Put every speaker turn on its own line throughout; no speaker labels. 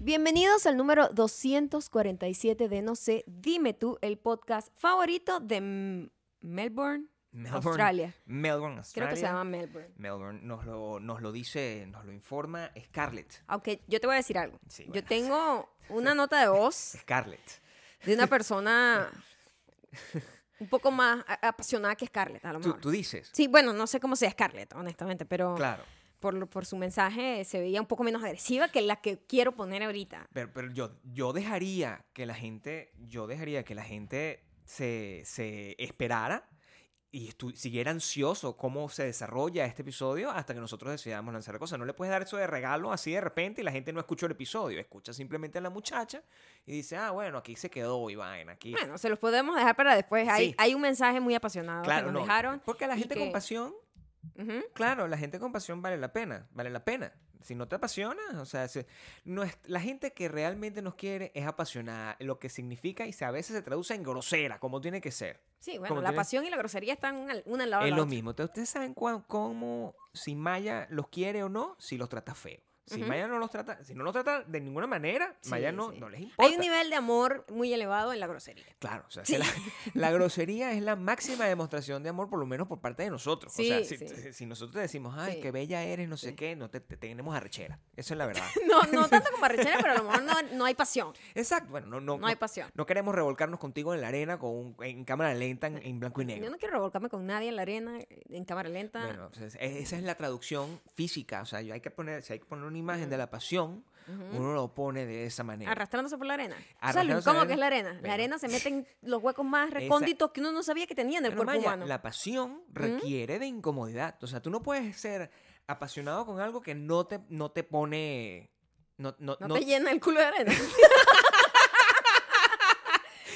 Bienvenidos al número 247 de No sé, dime tú, el podcast favorito de M- Melbourne,
Melbourne,
Australia.
Melbourne, Australia.
Creo que se llama Melbourne.
Melbourne nos lo, nos lo dice, nos lo informa Scarlett.
Aunque yo te voy a decir algo.
Sí,
Yo
bueno.
tengo una nota de voz
Scarlett.
de una persona un poco más a- apasionada que Scarlett, a lo
Tú,
mejor.
tú dices.
Sí, bueno, no sé cómo sea Scarlett, honestamente, pero
Claro.
por, lo- por su mensaje se veía un poco menos agresiva que la que quiero poner ahorita.
Pero, pero yo, yo dejaría que la gente, yo dejaría que la gente se, se esperara y estu- siguiera ansioso cómo se desarrolla este episodio hasta que nosotros decidamos lanzar la cosa. No le puedes dar eso de regalo así de repente y la gente no escuchó el episodio. Escucha simplemente a la muchacha y dice, ah, bueno, aquí se quedó Iván, aquí.
Bueno, se los podemos dejar para después. Hay,
Sí.
hay un mensaje muy apasionado que nos
no,
dejaron.
Porque la
y
gente
que-
con pasión
Ujú.
Claro, la gente con pasión vale la pena, vale la pena. Si no te apasiona, o sea, si- no es- la gente que realmente nos quiere es apasionada, lo que significa y se- a veces se traduce en grosera, como tiene que ser.
Sí, bueno,
Como
la
tiene-
pasión y la grosería están al- una al lado de
es
la
lo
otra.
mismo. Entonces, Ustedes saben cuán- cómo, si Maya los quiere o no, si los trata feo. Si
Ujú.
Maya no los trata, si no los trata de ninguna manera,
Sí,
Maya no,
sí.
no les importa.
Hay un nivel de amor muy elevado en la grosería.
Claro, o sea, que la, la grosería es la máxima demostración de amor, por lo menos por parte de nosotros. o sea,
Sí,
si,
sí.
si nosotros te decimos, ay,
Sí.
qué bella eres, no sé
Sí.
qué, no te, te tenemos arrechera. Eso es la verdad.
No, no tanto como arrechera, pero a lo mejor no, no hay pasión.
Exacto, bueno, no, no,
No hay pasión.
no queremos revolcarnos contigo en la arena con un- en cámara lenta, en, en blanco y
Yo
negro.
no quiero revolcarme con nadie en la arena, en cámara lenta.
Bueno, pues, es- esa es la traducción física, o sea, yo hay que poner, si hay que poner una imagen de la pasión, uno lo pone de esa manera.
Arrastrándose por la arena. O sea, lo
Arrastrándose
incómodo
la
que es la arena. La
Bueno.
arena se mete en los huecos más recónditos que uno no sabía que tenía en el
Pero,
cuerpo
Maya,
humano.
la pasión requiere de incomodidad, o sea, tú no puedes ser apasionado con algo que no te, no te pone... No, no,
No,
no-
te llena el culo de arena.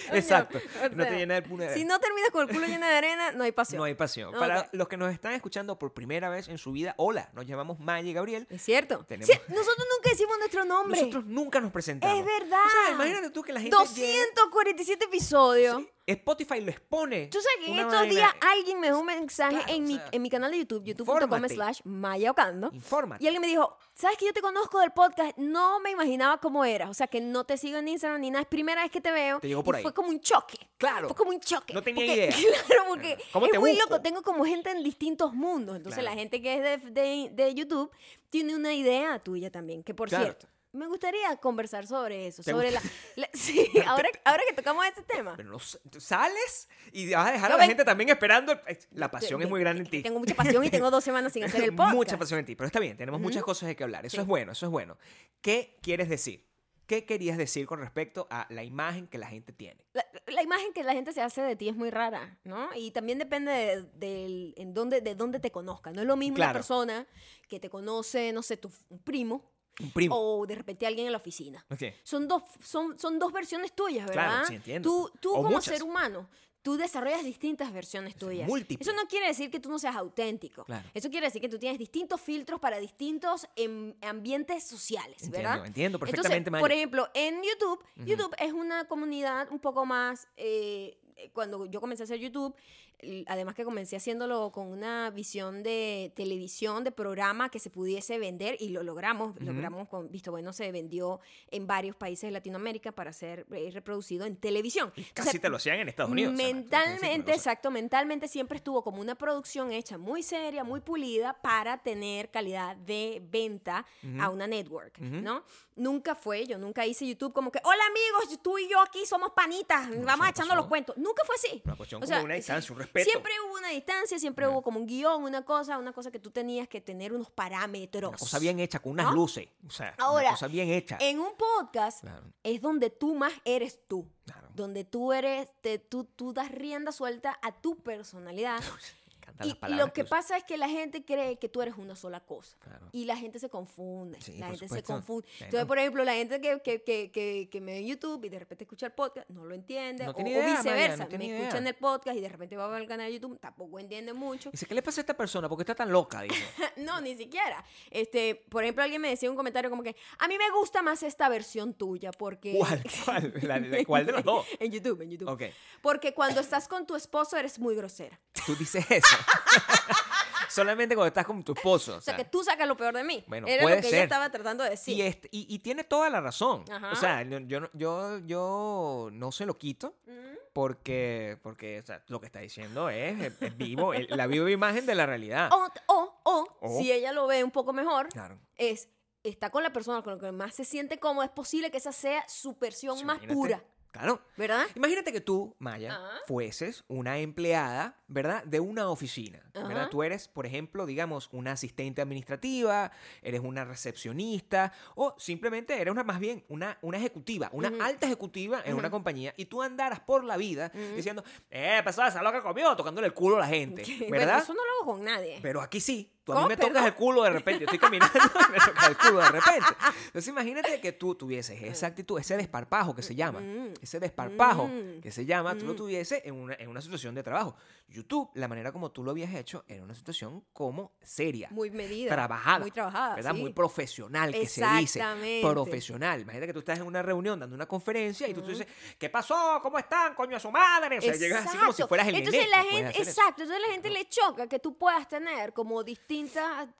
Coño,
Exacto.
o
no te
sea,
llena el puño de-
Si no terminas con el culo lleno de arena, no hay pasión.
eh. No hay pasión.
Ok.
Para los que nos están escuchando por primera vez en su vida, hola, nos llamamos Maya y Gabriel.
Es cierto.
Tenemos-
Sí, nosotros nunca decimos nuestro nombre.
Nosotros nunca nos presentamos.
Es verdad.
O sea, imagínate tú que la gente. llega-
247 episodios.
Spotify lo expone.
Tú sabes que en
una
estos
vaina-
días ah, alguien me dejó un mensaje
Claro,
en,
o
mi,
sea,
en mi canal de YouTube, youtube.com
infórmate.
slash mayaocando.
Infórmate.
Y alguien me dijo, ¿sabes que yo te conozco del podcast? No me imaginaba cómo eras. O sea, que no te sigo en Instagram ni nada. Es primera vez que te veo.
Te llegó
Y
por ahí.
Fue como un choque.
Claro.
Fue como un choque.
No tenía
Porque-
idea.
Claro, porque
¿Cómo
es
te
muy
busco?
loco. Tengo como gente en distintos mundos. Entonces,
Claro.
la gente que es de, de- de YouTube tiene una idea tuya también. Que, por
Claro.
cierto, me gustaría conversar sobre eso.
¿Te
Sobre la, la- Sí, ahora, ahora que tocamos este tema.
Pero no s- tú sales y vas a dejar
No,
a la
ven.
gente también esperando. La pasión
Te-
es muy
te-
grande en
te-
ti.
Tengo mucha pasión y tengo dos semanas sin hacer el podcast.
Mucha pasión en ti. Pero está bien, tenemos muchas cosas de que hablar. Eso es bueno, eso es bueno. ¿Qué quieres decir? ¿Qué querías decir con respecto a la imagen que la gente tiene?
La, la imagen que la gente se hace de ti es muy rara, ¿no? Y también depende de, del- en dónde, de dónde te conozca. No es lo mismo una
Claro.
persona que te conoce, no sé, tu f- un primo
Un primo.
o de repente alguien en la oficina.
Ok.
Son dos, son, son dos versiones tuyas, ¿verdad?
Claro, sí, entiendo.
Tú, tú
O
como
muchas.
ser humano, tú desarrollas distintas versiones tuyas.
múltiples.
Eso no quiere decir que tú no seas auténtico.
Claro.
Eso quiere decir que tú tienes distintos filtros para distintos em, ambientes sociales,
Entiendo,
¿verdad?
entiendo
Entonces,
perfectamente, Maya.
por ejemplo, en YouTube, YouTube es una comunidad un poco más... eh, eh, cuando yo comencé a hacer YouTube, l- además que comencé haciéndolo con una visión de televisión, de programa que se pudiese vender y lo logramos, logramos con Visto Bueno se vendió en varios países de Latinoamérica para ser eh, reproducido en televisión.
Casi
Entonces,
te lo hacían en Estados Unidos. o sea, tú tienes que decir una
Mentalmente,
cosa.
exacto, mentalmente siempre estuvo como una producción hecha muy seria, muy pulida para tener calidad de venta a una network, ¿no? Nunca fue, yo nunca hice YouTube como que, hola amigos, tú y yo aquí somos panitas, vamos
no
echando
pasó.
los cuentos. Nunca fue así.
Una cuestión como una distancia, un respeto.
Siempre hubo una distancia, siempre hubo como un guión, una cosa, una cosa que tú tenías que tener unos parámetros.
Una cosa bien hecha, con unas
¿No?
luces. O sea,
Ahora, eh,
una cosa bien hecha.
En un podcast
Claro.
es donde tú más eres tú.
Claro.
Donde tú eres, te- tú, tú das rienda suelta a tu personalidad.
Me encantan
y
las palabras
lo que
usas.
pasa es que la gente cree que tú eres una sola cosa.
Claro.
Y la gente se confunde.
Sí,
la
por
gente se
supuesto.
confunde.
Bueno.
Entonces, por ejemplo, la gente que, que, que, que, que me ve en YouTube y de repente escucha el podcast no lo entiende.
No
o,
tiene
o
idea, Maya, no
viceversa.
tiene
me
idea.
escuchan el podcast y de repente va al canal de YouTube, tampoco entiende mucho.
Dice, ¿qué le pasa a esta persona? Porque está tan loca, dice.
No, ni siquiera. Este, por ejemplo, alguien me decía en un comentario como que a mí me gusta más esta versión tuya porque
¿Cuál? ¿Cuál? La- la- ¿Cuál de los dos?
en YouTube, en YouTube.
Ok.
Porque cuando estás con tu esposo eres muy grosera.
Tú dices eso. o solamente cuando estás con tu esposo.
O sea, que tú sacas lo peor de mí.
Bueno,
Era
puede
lo que
ser.
ella estaba tratando de decir.
y, este- y- y tiene toda la razón.
Ajá.
O sea, yo, yo, no- yo, yo no se lo quito
Mm.
porque, porque o sea, lo que está diciendo es, es- es vivo, el- la viva imagen de la realidad.
O, o, o,
O.
si ella lo ve un poco mejor,
Claro.
es está con la persona con la que más se siente cómoda, es posible que esa sea su versión
Sí,
más
imagínate.
pura,
Claro.
¿verdad?
Imagínate que tú, Maya,
Ajá.
fueses una empleada, ¿verdad? De una oficina, ¿verdad?
Ajá.
Tú eres, por ejemplo, digamos, una asistente administrativa, eres una recepcionista o simplemente eres una, más bien una, una ejecutiva, una
Ujú.
alta ejecutiva en una
Ujú.
compañía y tú andaras por la vida
Ujú.
diciendo, eh, pasada, esa loca conmigo, tocándole el culo a la gente,
Que- bueno,
Eh, ¿verdad?
eso no lo hago con nadie.
Pero aquí sí. Tú a mí
¿Cómo?
me tocas
Perdón.
el culo de repente. Yo estoy caminando y me tocas el culo de repente. Entonces imagínate que tú tuvieses esa actitud, ese desparpajo que se llama.
Mm.
Ese desparpajo
Mm.
que se llama, tú lo
Mm.
tuvieses en una, en una situación de trabajo. YouTube, la manera como tú lo habías hecho, era una situación como seria.
muy medida.
Trabajada,
Muy trabajada.
¿verdad?
sí.
Muy profesional, que se dice.
Exactamente.
Profesional. Imagínate que tú estás en una reunión dando una conferencia y tú, tú dices, ¿qué pasó? ¿Cómo están? Coño, a su madre. O sea, llegas así como si
Exacto.
fueras el
entonces
nené,
la
no puedes
gente
hacer eso.
exacto entonces la gente le choca que tú puedas tener como distintos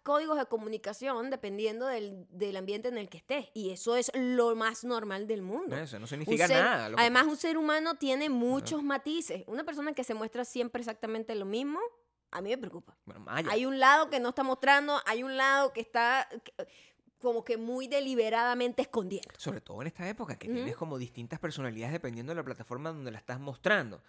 códigos de comunicación dependiendo del, del ambiente en el que estés y eso es lo más normal del mundo
Eso no
Un
significa
ser-
nada. lo que-
además un ser humano tiene muchos matices una persona que se muestra siempre exactamente lo mismo a mí me preocupa
Bueno, Maya.
hay un lado que no está mostrando hay un lado que está eh, como que muy deliberadamente escondiendo
Sobre todo en esta época que
Ujú.
tienes como distintas personalidades dependiendo de la plataforma donde la estás mostrando.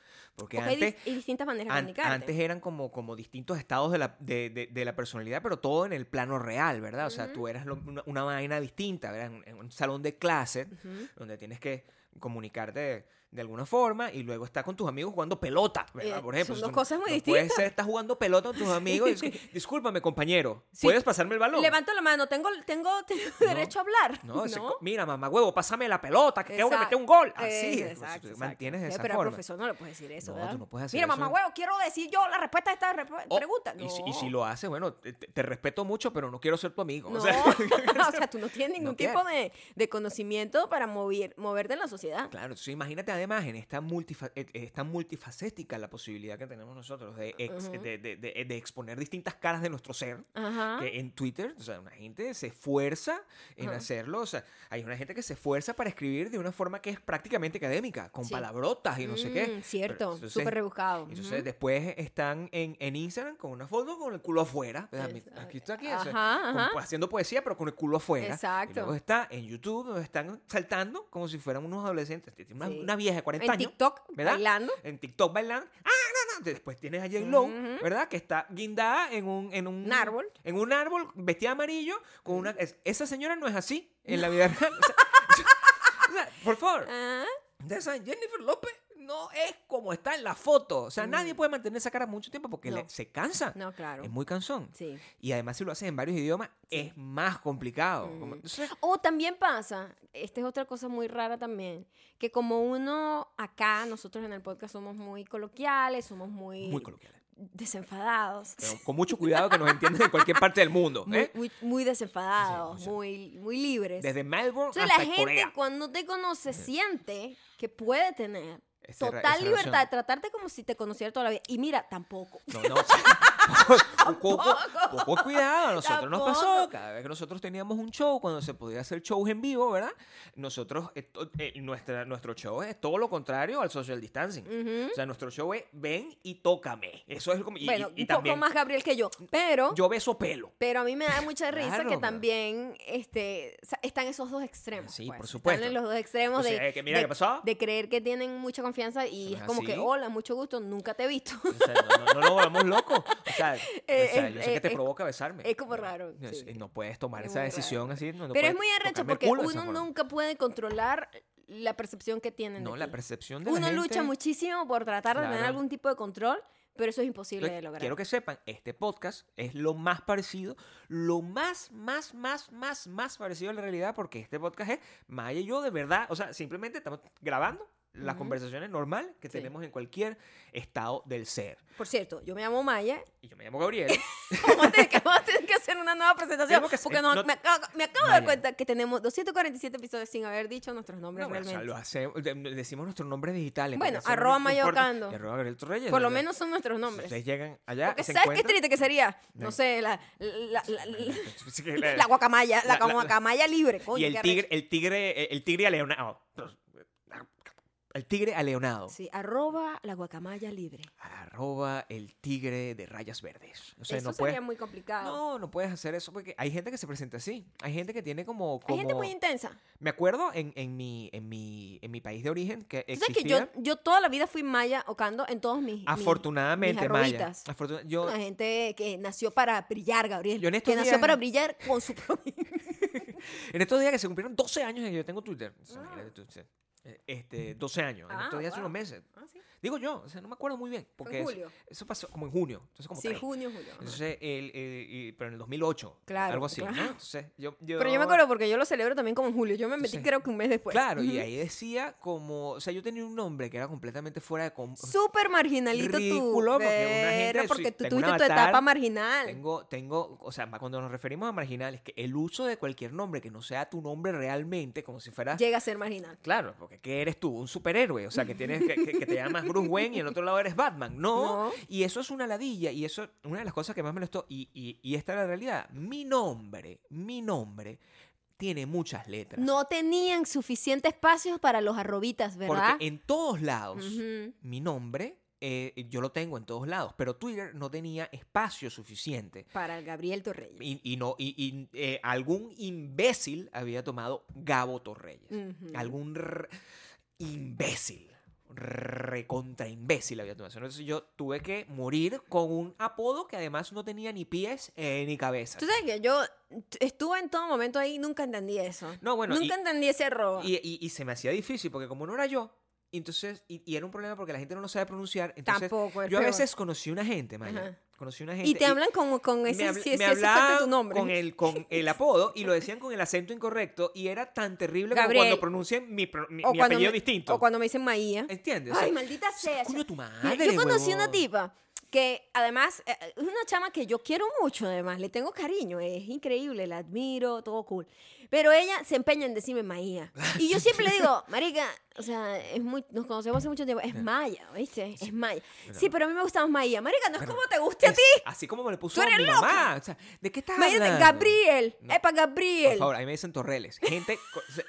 porque
Porque,
hay,
antes,
dis- hay distintas maneras
an-
de comunicarte
antes eran como, como distintos estados de la, de, de- de la personalidad, pero todo en el plano real, ¿verdad? O sea, tú eras lo- una, una vaina distinta, ¿verdad? En, en un salón de clase
Ujú.
donde tienes que comunicarte de, de alguna forma y luego estar con tus amigos jugando pelota, ¿verdad?
Eh, son dos cosas muy
no Puedes
distintas.
ser, estás jugando pelota con tus amigos y es que, discúlpame, compañero,
Sí.
¿puedes pasarme el balón?
Levanto la mano, tengo, tengo, tengo derecho a hablar.
No,
No,
ese co- mira, mamá huevo, pásame la pelota, que tengo que
Exacto.
meter un gol.
Eh,
Así, es,
exacto,
tú
exacto.
mantienes de
Eh,
esa
Pero al
forma.
profesor no le puedes decir eso.
No,
¿verdad?
tú no puedes hacer
Mira,
eso.
mamá huevo, quiero decir yo la respuesta a esta repu-
O-
pregunta.
y, si-
No.
y si lo haces, bueno, te, te respeto mucho, pero no quiero ser tu amigo.
No,
O sea,
tú no tienes
No
ningún tipo de, de conocimiento para mover, moverte en la sociedad.
claro, entonces imagínate además en esta, multifa- eh, eh, esta multifacética la posibilidad que tenemos nosotros de, ex-
Ujú.
de- de- de- de exponer distintas caras de nuestro ser.
Ajá.
Que en Twitter, o sea, una gente se esfuerza en
Ajá.
hacerlo. O sea, hay una gente que se esfuerza para escribir de una forma que es prácticamente académica, con
Sí.
palabrotas y no sé qué.
Mm, Cierto,
entonces-
súper rebuscado.
Entonces
ujú.
después están en, en Instagram con una foto con el culo afuera. ¿verdad? Mi-
Exacto.
Aquí está aquí. o sea,
Ajá,
con-
ajá.
pues, haciendo poesía, pero con el culo afuera. Y
Exacto.
luego está en YouTube, donde están saltando como si fueran unos adolescentes. Tiene Una,
Sí.
una vieja de 40
En
años.
TikTok,
¿verdad?
bailando.
En TikTok bailando. ¡Ah, no, no! Después tienes a J. Lowe,
Ujú.
¿verdad? Que está guindada en un, en un,
Un árbol.
En un árbol, vestida de amarillo, con una. es- esa señora no es así en la vida real. O sea, o sea, por favor.
Ah,
Ustedes saben, Jennifer López no es como está en la foto. O sea,
Mm.
nadie puede mantener esa cara mucho tiempo porque
No.
le- se cansa.
no, claro.
Es muy cansón.
Sí.
Y además, si lo haces en varios idiomas, es más complicado. Como-
Mm.
entonces,
O también pasa, esta es otra cosa muy rara también, que como uno acá, nosotros en el podcast somos muy coloquiales, somos muy,
muy coloquial.
desenfadados.
Pero con mucho cuidado que nos entiendan en cualquier parte del mundo.
Muy,
¿eh?
muy, muy desenfadados,
Sí, o sea,
muy, muy libres.
Desde Melbourne
Entonces la
hasta
gente
Corea.
cuando te conoce siente que puede tener
Esa ra-
total
esa
libertad
relación.
de tratarte como si te conociera toda la vida. Y mira, tampoco.
No, no, o sea, un poco, un poco cuidado, a nosotros nos pasó,
Tampoco.
cada vez que nosotros teníamos un show, cuando se podía hacer shows en vivo, ¿verdad? Nosotros, eh, to- eh, nuestra, nuestro show es todo lo contrario al social distancing.
Ujú.
O sea, nuestro show es ven y tócame. Eso es como. Y,
bueno,
y- y
un
también
poco más Gabriel que yo, pero...
yo beso pelo.
Pero a mí me da mucha risa
Claro,
que
bro.
también este, o sea, están esos dos extremos.
Sí,
pues.
por supuesto.
Están en los dos extremos
O sea,
de,
eh, que mira,
de-
¿qué pasó?
de creer que tienen mucha confianza y
No
es
es
como que,
así.
hola, mucho gusto, nunca te he visto.
O sea, no, no, no nos volvamos locos. O sea, o sea, yo sé
eh,
que te
es-
provoca besarme.
es como raro,
No,
sí.
sí, no puedes tomar
Es
esa
muy
decisión así. no- no
Pero es
puedes
muy arrecho
tocarme el
porque
culo de esa
uno
forma.
nunca puede controlar la percepción que tienen. de
No, la
ti.
percepción de la
Uno
gente-
lucha muchísimo por tratar de tener
Claro.
algún tipo de control, pero eso es imposible
Entonces,
de lograr.
Quiero que sepan, este podcast es lo más parecido, lo más, más, más, más, más parecido a la realidad, porque este podcast es Maya y yo de verdad, o sea, simplemente estamos grabando las
Ujú.
conversaciones normal que
Sí.
tenemos en cualquier estado del ser.
Por cierto, yo me llamo Maya.
Y yo me llamo Gabriel.
Vamos a tener que, vamos a tener que hacer una nueva presentación.
Tenemos que hacer-
porque no-
no-
me acabo, me acabo de dar
Maya.
cuenta que tenemos 247 episodios sin haber dicho nuestros nombres
No, bueno, o sea,
realmente.
lo hacemos, de- decimos nuestros nombres digitales.
Bueno,
porque eso no
arroba
nos importa.
mayocando.
Y arroba Gabriel Torreyes.
Por lo
donde-
menos son nuestros
si
nombres.
Ustedes llegan allá.
Porque
se
¿sabes qué
encuentran-
triste que sería? No
Ven.
sé, la, la, la- la-
Sí, que la-
la guacamaya, la,
la- la-
guacamaya libre, coño.
y el
qué
tigre, el tigre, el tigre aleonado. El tigre aleonado.
arrecho. Sí, arroba la guacamaya libre.
Arroba el tigre de rayas verdes. O sea,
Eso
no puedes.
sería muy complicado.
No, no puedes hacer eso porque hay gente que se presenta así. Hay gente que tiene como.
Hay gente
como-
muy intensa.
Me acuerdo en, en, mi, en, mi, en mi país de origen que
¿Tú sabes que yo,
existía.
yo toda la vida fui maya ocando en todos mis. mis-
afortunadamente,
mis
Maya.
arruguitas.
afortuna- yo,
La gente que nació para brillar, Gabriel.
Yo en estos
que nació
días-
para brillar con su propio.
En estos días que se cumplieron 12 años de que yo tengo Twitter. O sea,
Ah.
imagínate tú, o sea, eh, Este, 12 años. En
Ah,
estos días hace
wow.
unos meses. Digo yo, o sea, no me acuerdo muy bien. Porque eso-
julio.
Eso, pasó como en junio. Entonces, como
Sí,
tres.
junio, julio. ajá.
Entonces, el, el- y- pero en el 2008.
Claro,
Algo así,
claro.
¿no? Entonces, yo, yo-
Pero yo me acuerdo porque yo lo celebro también como en julio. Yo me metí
Sí.
creo que un mes después.
Claro, y
Pues, Ujú.
ahí decía como. O sea, yo tenía un nombre que era completamente fuera de. com-
Súper marginalito
Ridículo,
tú.
porque una gente
Pero
de su-
porque tú
tengo un
tuviste tu
avatar,
etapa marginal.
Tengo, tengo, o sea, cuando nos referimos a marginales, que el uso de cualquier nombre que no sea tu nombre realmente, como si fueras
Llega a ser marginal.
Claro, porque ¿qué eres tú? Un superhéroe. O sea, que, tienes, que, que- que te llamas Bruce Wayne y en otro lado eres Batman. No.
No.
Y eso es una ladilla. Y eso, una de las cosas que más me lo estoy. Y, y, y esta es la realidad. Mi nombre, mi nombre, tiene muchas letras.
No tenían suficiente espacio para los arrobitas, ¿verdad?
Porque en todos lados,
Ujú.
mi nombre, eh, yo lo tengo en todos lados. Pero Twitter no tenía espacio suficiente.
Para el Gabriel Torreyes.
Y, y no, y, y, eh, algún imbécil había tomado Gabo Torreyes.
Ujú.
Algún r- imbécil. Recontra imbécil había tomado. eso. Entonces yo tuve que morir con un apodo que además no tenía ni pies eh, ni cabeza.
Tú sabes que yo t- estuve en todo momento ahí y nunca entendí eso.
No, bueno,
nunca
y-
entendí ese error.
Y, y- y se me hacía difícil porque como no era yo, entonces, y, y era un problema porque la gente no lo sabe pronunciar. Entonces,
Tampoco, es
yo a
peor.
veces conocí una gente, Maya.
Ajá.
Conocí una gente.
Y te hablan con, con
me
ese,
habl-
si-
me
si ese falta
hablaban
tu nombre.
Con el, con el apodo y lo decían con el acento incorrecto y era tan terrible
Gabriel.
como cuando pronuncian mi, pro- mi- mi
cuando
apellido
me,
distinto.
O cuando me dicen Maía.
¿Entiendes? O sea,
Ay, maldita sea.
coño, tu
Mira,
madre,
yo conocí una
huevón.
tipa que además eh, es una chama que yo quiero mucho, además, le tengo cariño, es increíble, la admiro, todo cool. Pero ella se empeña en decirme Maía. Y yo siempre le digo, Marica, o sea, es muy, nos conocemos hace mucho tiempo,
Eh.
es Maya, ¿viste? Es Maya.
Pero-
Sí, pero a mí me gustaba Maía. Marica, no es como te guste a
Es-
ti.
Así como me lo puso
Tú eres
mi
loca.
mamá. O sea, ¿de qué estás
Maía de
hablando?
Gabriel,
No.
epa
Por
Gabriel.
favor, ahí me dicen Torreles. Gente, co- o sea,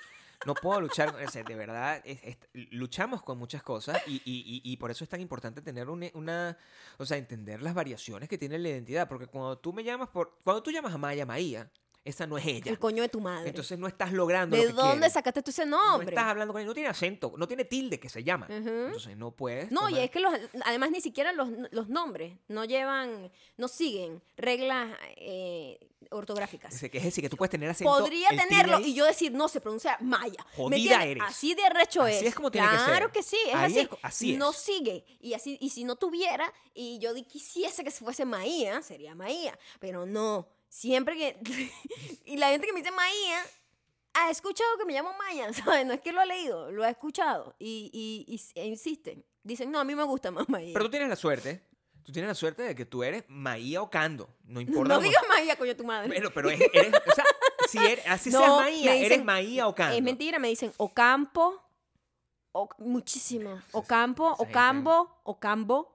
no puedo luchar. con- o sea, de verdad, es- es- luchamos con muchas cosas y, y- y- y por eso es tan importante tener una, una- O sea, entender las variaciones que tiene la identidad. Porque cuando tú me llamas por. Cuando tú llamas a Maya Maía, esa no es ella.
El coño de tu madre.
Entonces no estás logrando. lo
¿De
que
dónde
quieres.
sacaste tú ese
No
nombre?
estás hablando con ella. No tiene acento, no tiene tilde que se llama.
Ujú.
Entonces no puedes.
No, y
tomar-
es que los, además ni siquiera los, los nombres no llevan, no siguen reglas eh, ortográficas.
Es decir, que tú puedes tener acento.
Podría
el tilde
tenerlo
ahí.
y yo decir, no, se pronuncia maya. ¿Me
Jodida
entiendes?
eres.
Así de arrecho
Así
es.
es como tiene que ser.
Claro que sí, es
Ahí
así.
es co- así es.
No sigue. Y, así, y si no tuviera, y yo di- quisiese que se fuese maía, sería maía. Pero no, siempre que... y la gente que me dice maía... Ha escuchado que me llamo Maya, ¿sabes? No es que lo ha leído, lo ha escuchado. Y, y- y s- e insisten. Dicen, no, a mí me gusta más Maya.
Pero tú tienes la suerte. Tú tienes la suerte de que tú eres Maía Ocando. No importa.
No
cómo-
digas Maya, coño, tu madre.
Pero, pero eres, eres- o sea, si eres, así
No,
seas
me
Maía,
dicen-
eres Maía Ocando.
Es mentira, me dicen Ocampo, o, muchísimo. Ocampo,
esa gente-
Ocambo, Ocambo,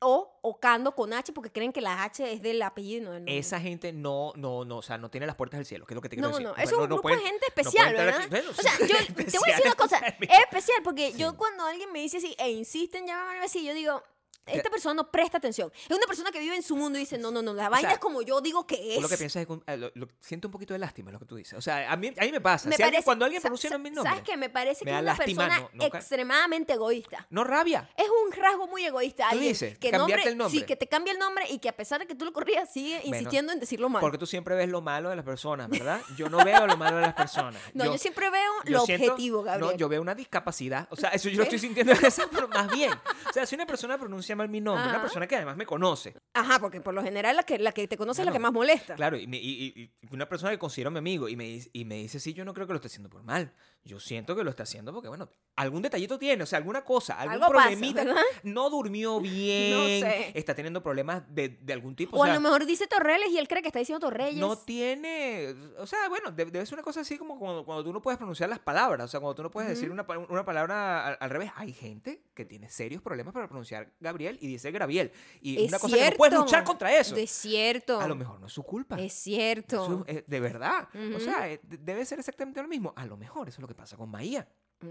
o Ocando con H, porque creen que la H es del apellido y no del nombre.
Esa gente no, no, no, o sea, no tiene las puertas del cielo, que es lo que te quiero
No,
decir.
no,
O sea,
es un grupo
pueden-
de gente
no pueden
especial,
entrar
¿verdad?
aquí. Bueno,
o sea,
sí,
yo te voy a decir una cosa,
especial.
es especial porque
Sí.
yo cuando alguien me dice así, e insisten, llámame así, yo digo, esta persona no presta atención. Es una persona que vive en su mundo y dice, no, no, no, la vaina
sea,
es como yo digo que
Tú
es.
lo que piensas es que un- eh, lo- lo- siento un poquito de lástima lo que tú dices. O sea, a mí, a mí me pasa.
Me
Si alguien-
parece-
cuando alguien
sa-
pronuncia
sa-
mi nombre,
¿Sabes qué? Me parece
me
que
da
es una
lástima,
persona
no- no ca-
extremadamente egoísta.
no rabia.
Es un rasgo muy egoísta.
¿Tú
alguien
dices?
que
¿Cambiarte
nombre-
el nombre?
Sí, que te cambia el nombre y que a pesar de que tú lo corrías, sigue
Bueno,
insistiendo en decirlo mal.
Porque tú siempre ves lo malo de las personas, ¿verdad? Yo no veo lo malo de las personas.
no, yo, siempre veo
yo
lo
siento-
objetivo, Gabriel.
No, yo veo una discapacidad. O sea, eso yo lo estoy sintiendo de esa forma, más bien. O sea, si una persona pronuncia mal mi nombre, una
Ajá.
persona que además me conoce.
Ajá, porque por lo general la que, la que te conoce es la
Claro.
que más molesta.
Claro, y, me- y- y- y una persona que considero mi amigo y me, dice- y me dice, sí, yo no creo que lo esté haciendo por mal. Yo siento que lo está haciendo porque, bueno, algún detallito tiene, o sea, alguna cosa, algún
Algo pasa,
problemita.
¿verdad?
no durmió bien,
sé.
está teniendo problemas de, de algún tipo.
O,
o
a
sea,
lo mejor dice Torreles y él cree que está diciendo Torreyes.
no tiene, o sea, bueno, de- debe ser una cosa así como cuando, cuando tú no puedes pronunciar las palabras, o sea, cuando tú no puedes decir
Ujú.
una, pa- una palabra al, al revés. Hay gente que tiene serios problemas para pronunciar Gabriel y dice Gabriel. Y
Es
una cosa que no puedes
cierto.
luchar contra eso.
Es cierto.
A lo mejor no es su culpa.
Es cierto.
Eso es- eh, de verdad. O
Ujú.
sea, eh, de- debe ser exactamente lo mismo. A lo mejor eso es lo que pasa con Maía.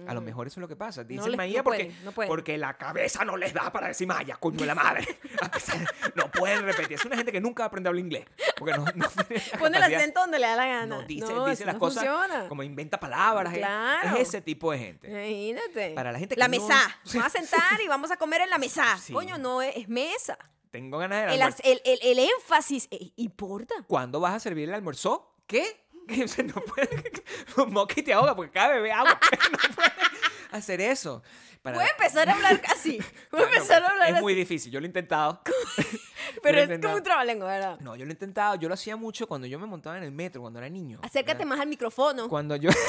A lo
Mm.
mejor eso es lo que pasa.
No
Dicen
les-
Maía
no
porque,
pueden, no pueden.
porque la cabeza no les da para decir Maya, coño de la madre. A pesar- no pueden repetir. Es una gente que nunca aprende a hablar inglés. Porque no, no tiene la
Pone el
capacidad.
acento donde le da la gana.
No, dice,
No,
dice
eso
las
no
cosas
funciona.
como inventa palabras. es-
Claro. Eh,
Es ese tipo de gente.
Imagínate.
Para la gente que
La
no-
mesa. Nos Vamos a sentar y vamos a comer en la mesa.
Sí.
Coño, no, es, es mesa.
Tengo ganas de
El,
almorzar.
as- el- el- el énfasis eh, importa.
¿Cuándo vas a servir el almuerzo? ¿Qué? Que se no puede. Un moqui te ahoga porque cada bebé agua. No puede hacer eso. Para-
Voy a empezar a hablar así. Voy a
Bueno,
empezar a hablar
pues, Es
así.
muy difícil. Yo lo he intentado.
pero
yo he
es como
intentado.
un trabalengo, ¿verdad?
No, yo lo he intentado. Yo lo hacía mucho cuando yo me montaba en el metro, cuando era niño.
Acércate
¿verdad?
más al micrófono.
Cuando yo.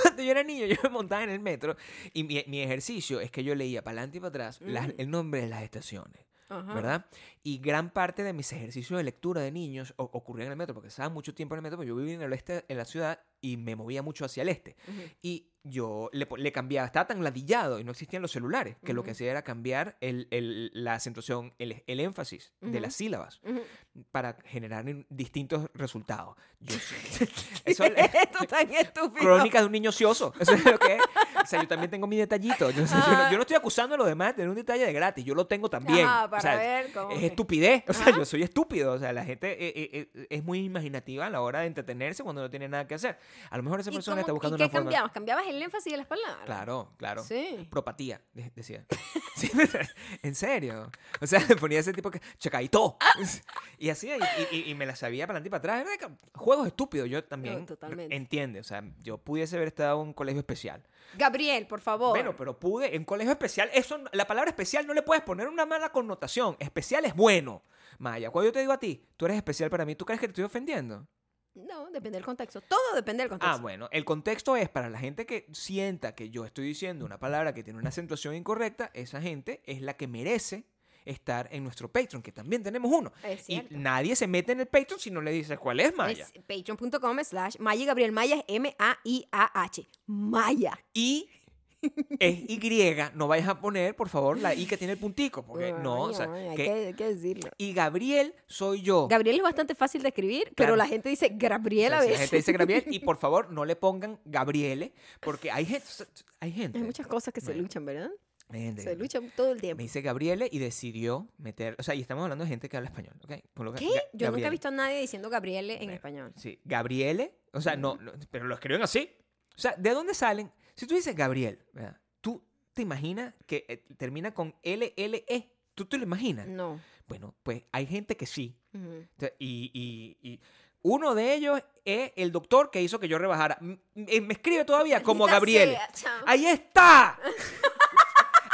Cuando yo era niño, yo me montaba en el metro y mi, mi ejercicio es que yo leía para adelante y para atrás las- el nombre de las estaciones.
Ajá.
¿verdad? Y gran parte de mis ejercicios de lectura de niños o- ocurrían en el metro, porque estaba mucho tiempo en el metro, porque yo vivía en el oeste en la ciudad y me movía mucho hacia el este. Y yo le, po- le cambiaba, estaba tan ladillado y no existían los celulares, que lo que
Ujú.
hacía era cambiar el- el- la acentuación, el, el énfasis de
Ujú.
las sílabas
Ujú.
para generar in- distintos resultados. Yo Eso es
Esto tan estúpido.
crónica de un niño ocioso. Eso es lo que es. O sea, yo también tengo mi detallito. Yo, yo no, yo no estoy acusando a los demás de tener un detalle de gratis, yo lo tengo también.
Ah. Ajá,
O
para
sea,
ver cómo
es
que-
estupidez. O sea, yo soy estúpido. O sea, la gente eh, eh, eh, es muy imaginativa a la hora de entretenerse cuando no tiene nada que hacer. A lo mejor esa
¿Y
persona está
cómo-
buscando
¿Y qué
una forma.
cambiabas? ¿Cambiabas el énfasis de las palabras?
Claro, claro.
Sí.
Propatía, de- decía. Sí, en serio. O sea, le ponía ese tipo que chacaito. Y así, y, y- y me la sabía para adelante y para atrás. Era que- juegos estúpidos. Yo también.
totalmente.
Entiende. O sea, yo pudiese haber estado en un colegio especial.
Gabriel, por favor.
Bueno, pero pude. En colegio especial, eso, no- la palabra especial no le puedes poner una mala connotación. Especial es bueno. Maya, cuando yo te digo a ti, tú eres especial para mí, ¿tú crees que te estoy ofendiendo?
No, depende del contexto. Todo depende del contexto.
Ah, bueno, el contexto es para la gente que sienta que yo estoy diciendo una palabra que tiene una acentuación incorrecta, esa gente es la que merece estar en nuestro Patreon, que también tenemos uno.
Es
Y
cierto.
nadie se mete en el Patreon si no le dices cuál es Maya.
Es patreon.com slash Maya y Gabriel Maya es M-A-I-A-H. Maya.
Y es Y, no vayas a poner, por favor, la I que tiene el puntico, porque no, o sea,
Ay, hay
que-
que, hay que decirlo.
y Gabriel soy yo.
Gabriel es bastante fácil de escribir, pero
Claro.
la gente dice
O
Gabriel
sea,
a
si la
veces.
gente dice Gabriel y por favor no le pongan Gabriele porque hay gente, hay gente,
Hay muchas cosas que se
Bueno.
luchan, ¿verdad?
hay gente
Se
que-
luchan todo el
Me
tiempo.
dice Gabriele y decidió meter. O sea, y estamos hablando de gente que habla español, ¿ok? Por lo que-
¿Qué?
Ga-
Yo nunca
Gabriele.
he visto a nadie diciendo Gabriel en
Bueno,
español.
Sí, Gabriele. O sea, no, no, pero lo escriben así. O sea, ¿de dónde salen? Si tú dices Gabriel, ¿verdad? Tú te imaginas que eh, termina con LLE. ¿Tú te lo imaginas?
No.
Bueno, pues hay gente que sí.
Ujú.
O sea, Y, y- y uno de ellos es el doctor que hizo que yo rebajara. M- eh, me escribe todavía como
Maldita
Gabriel.
sea, chao.
¡Ahí está!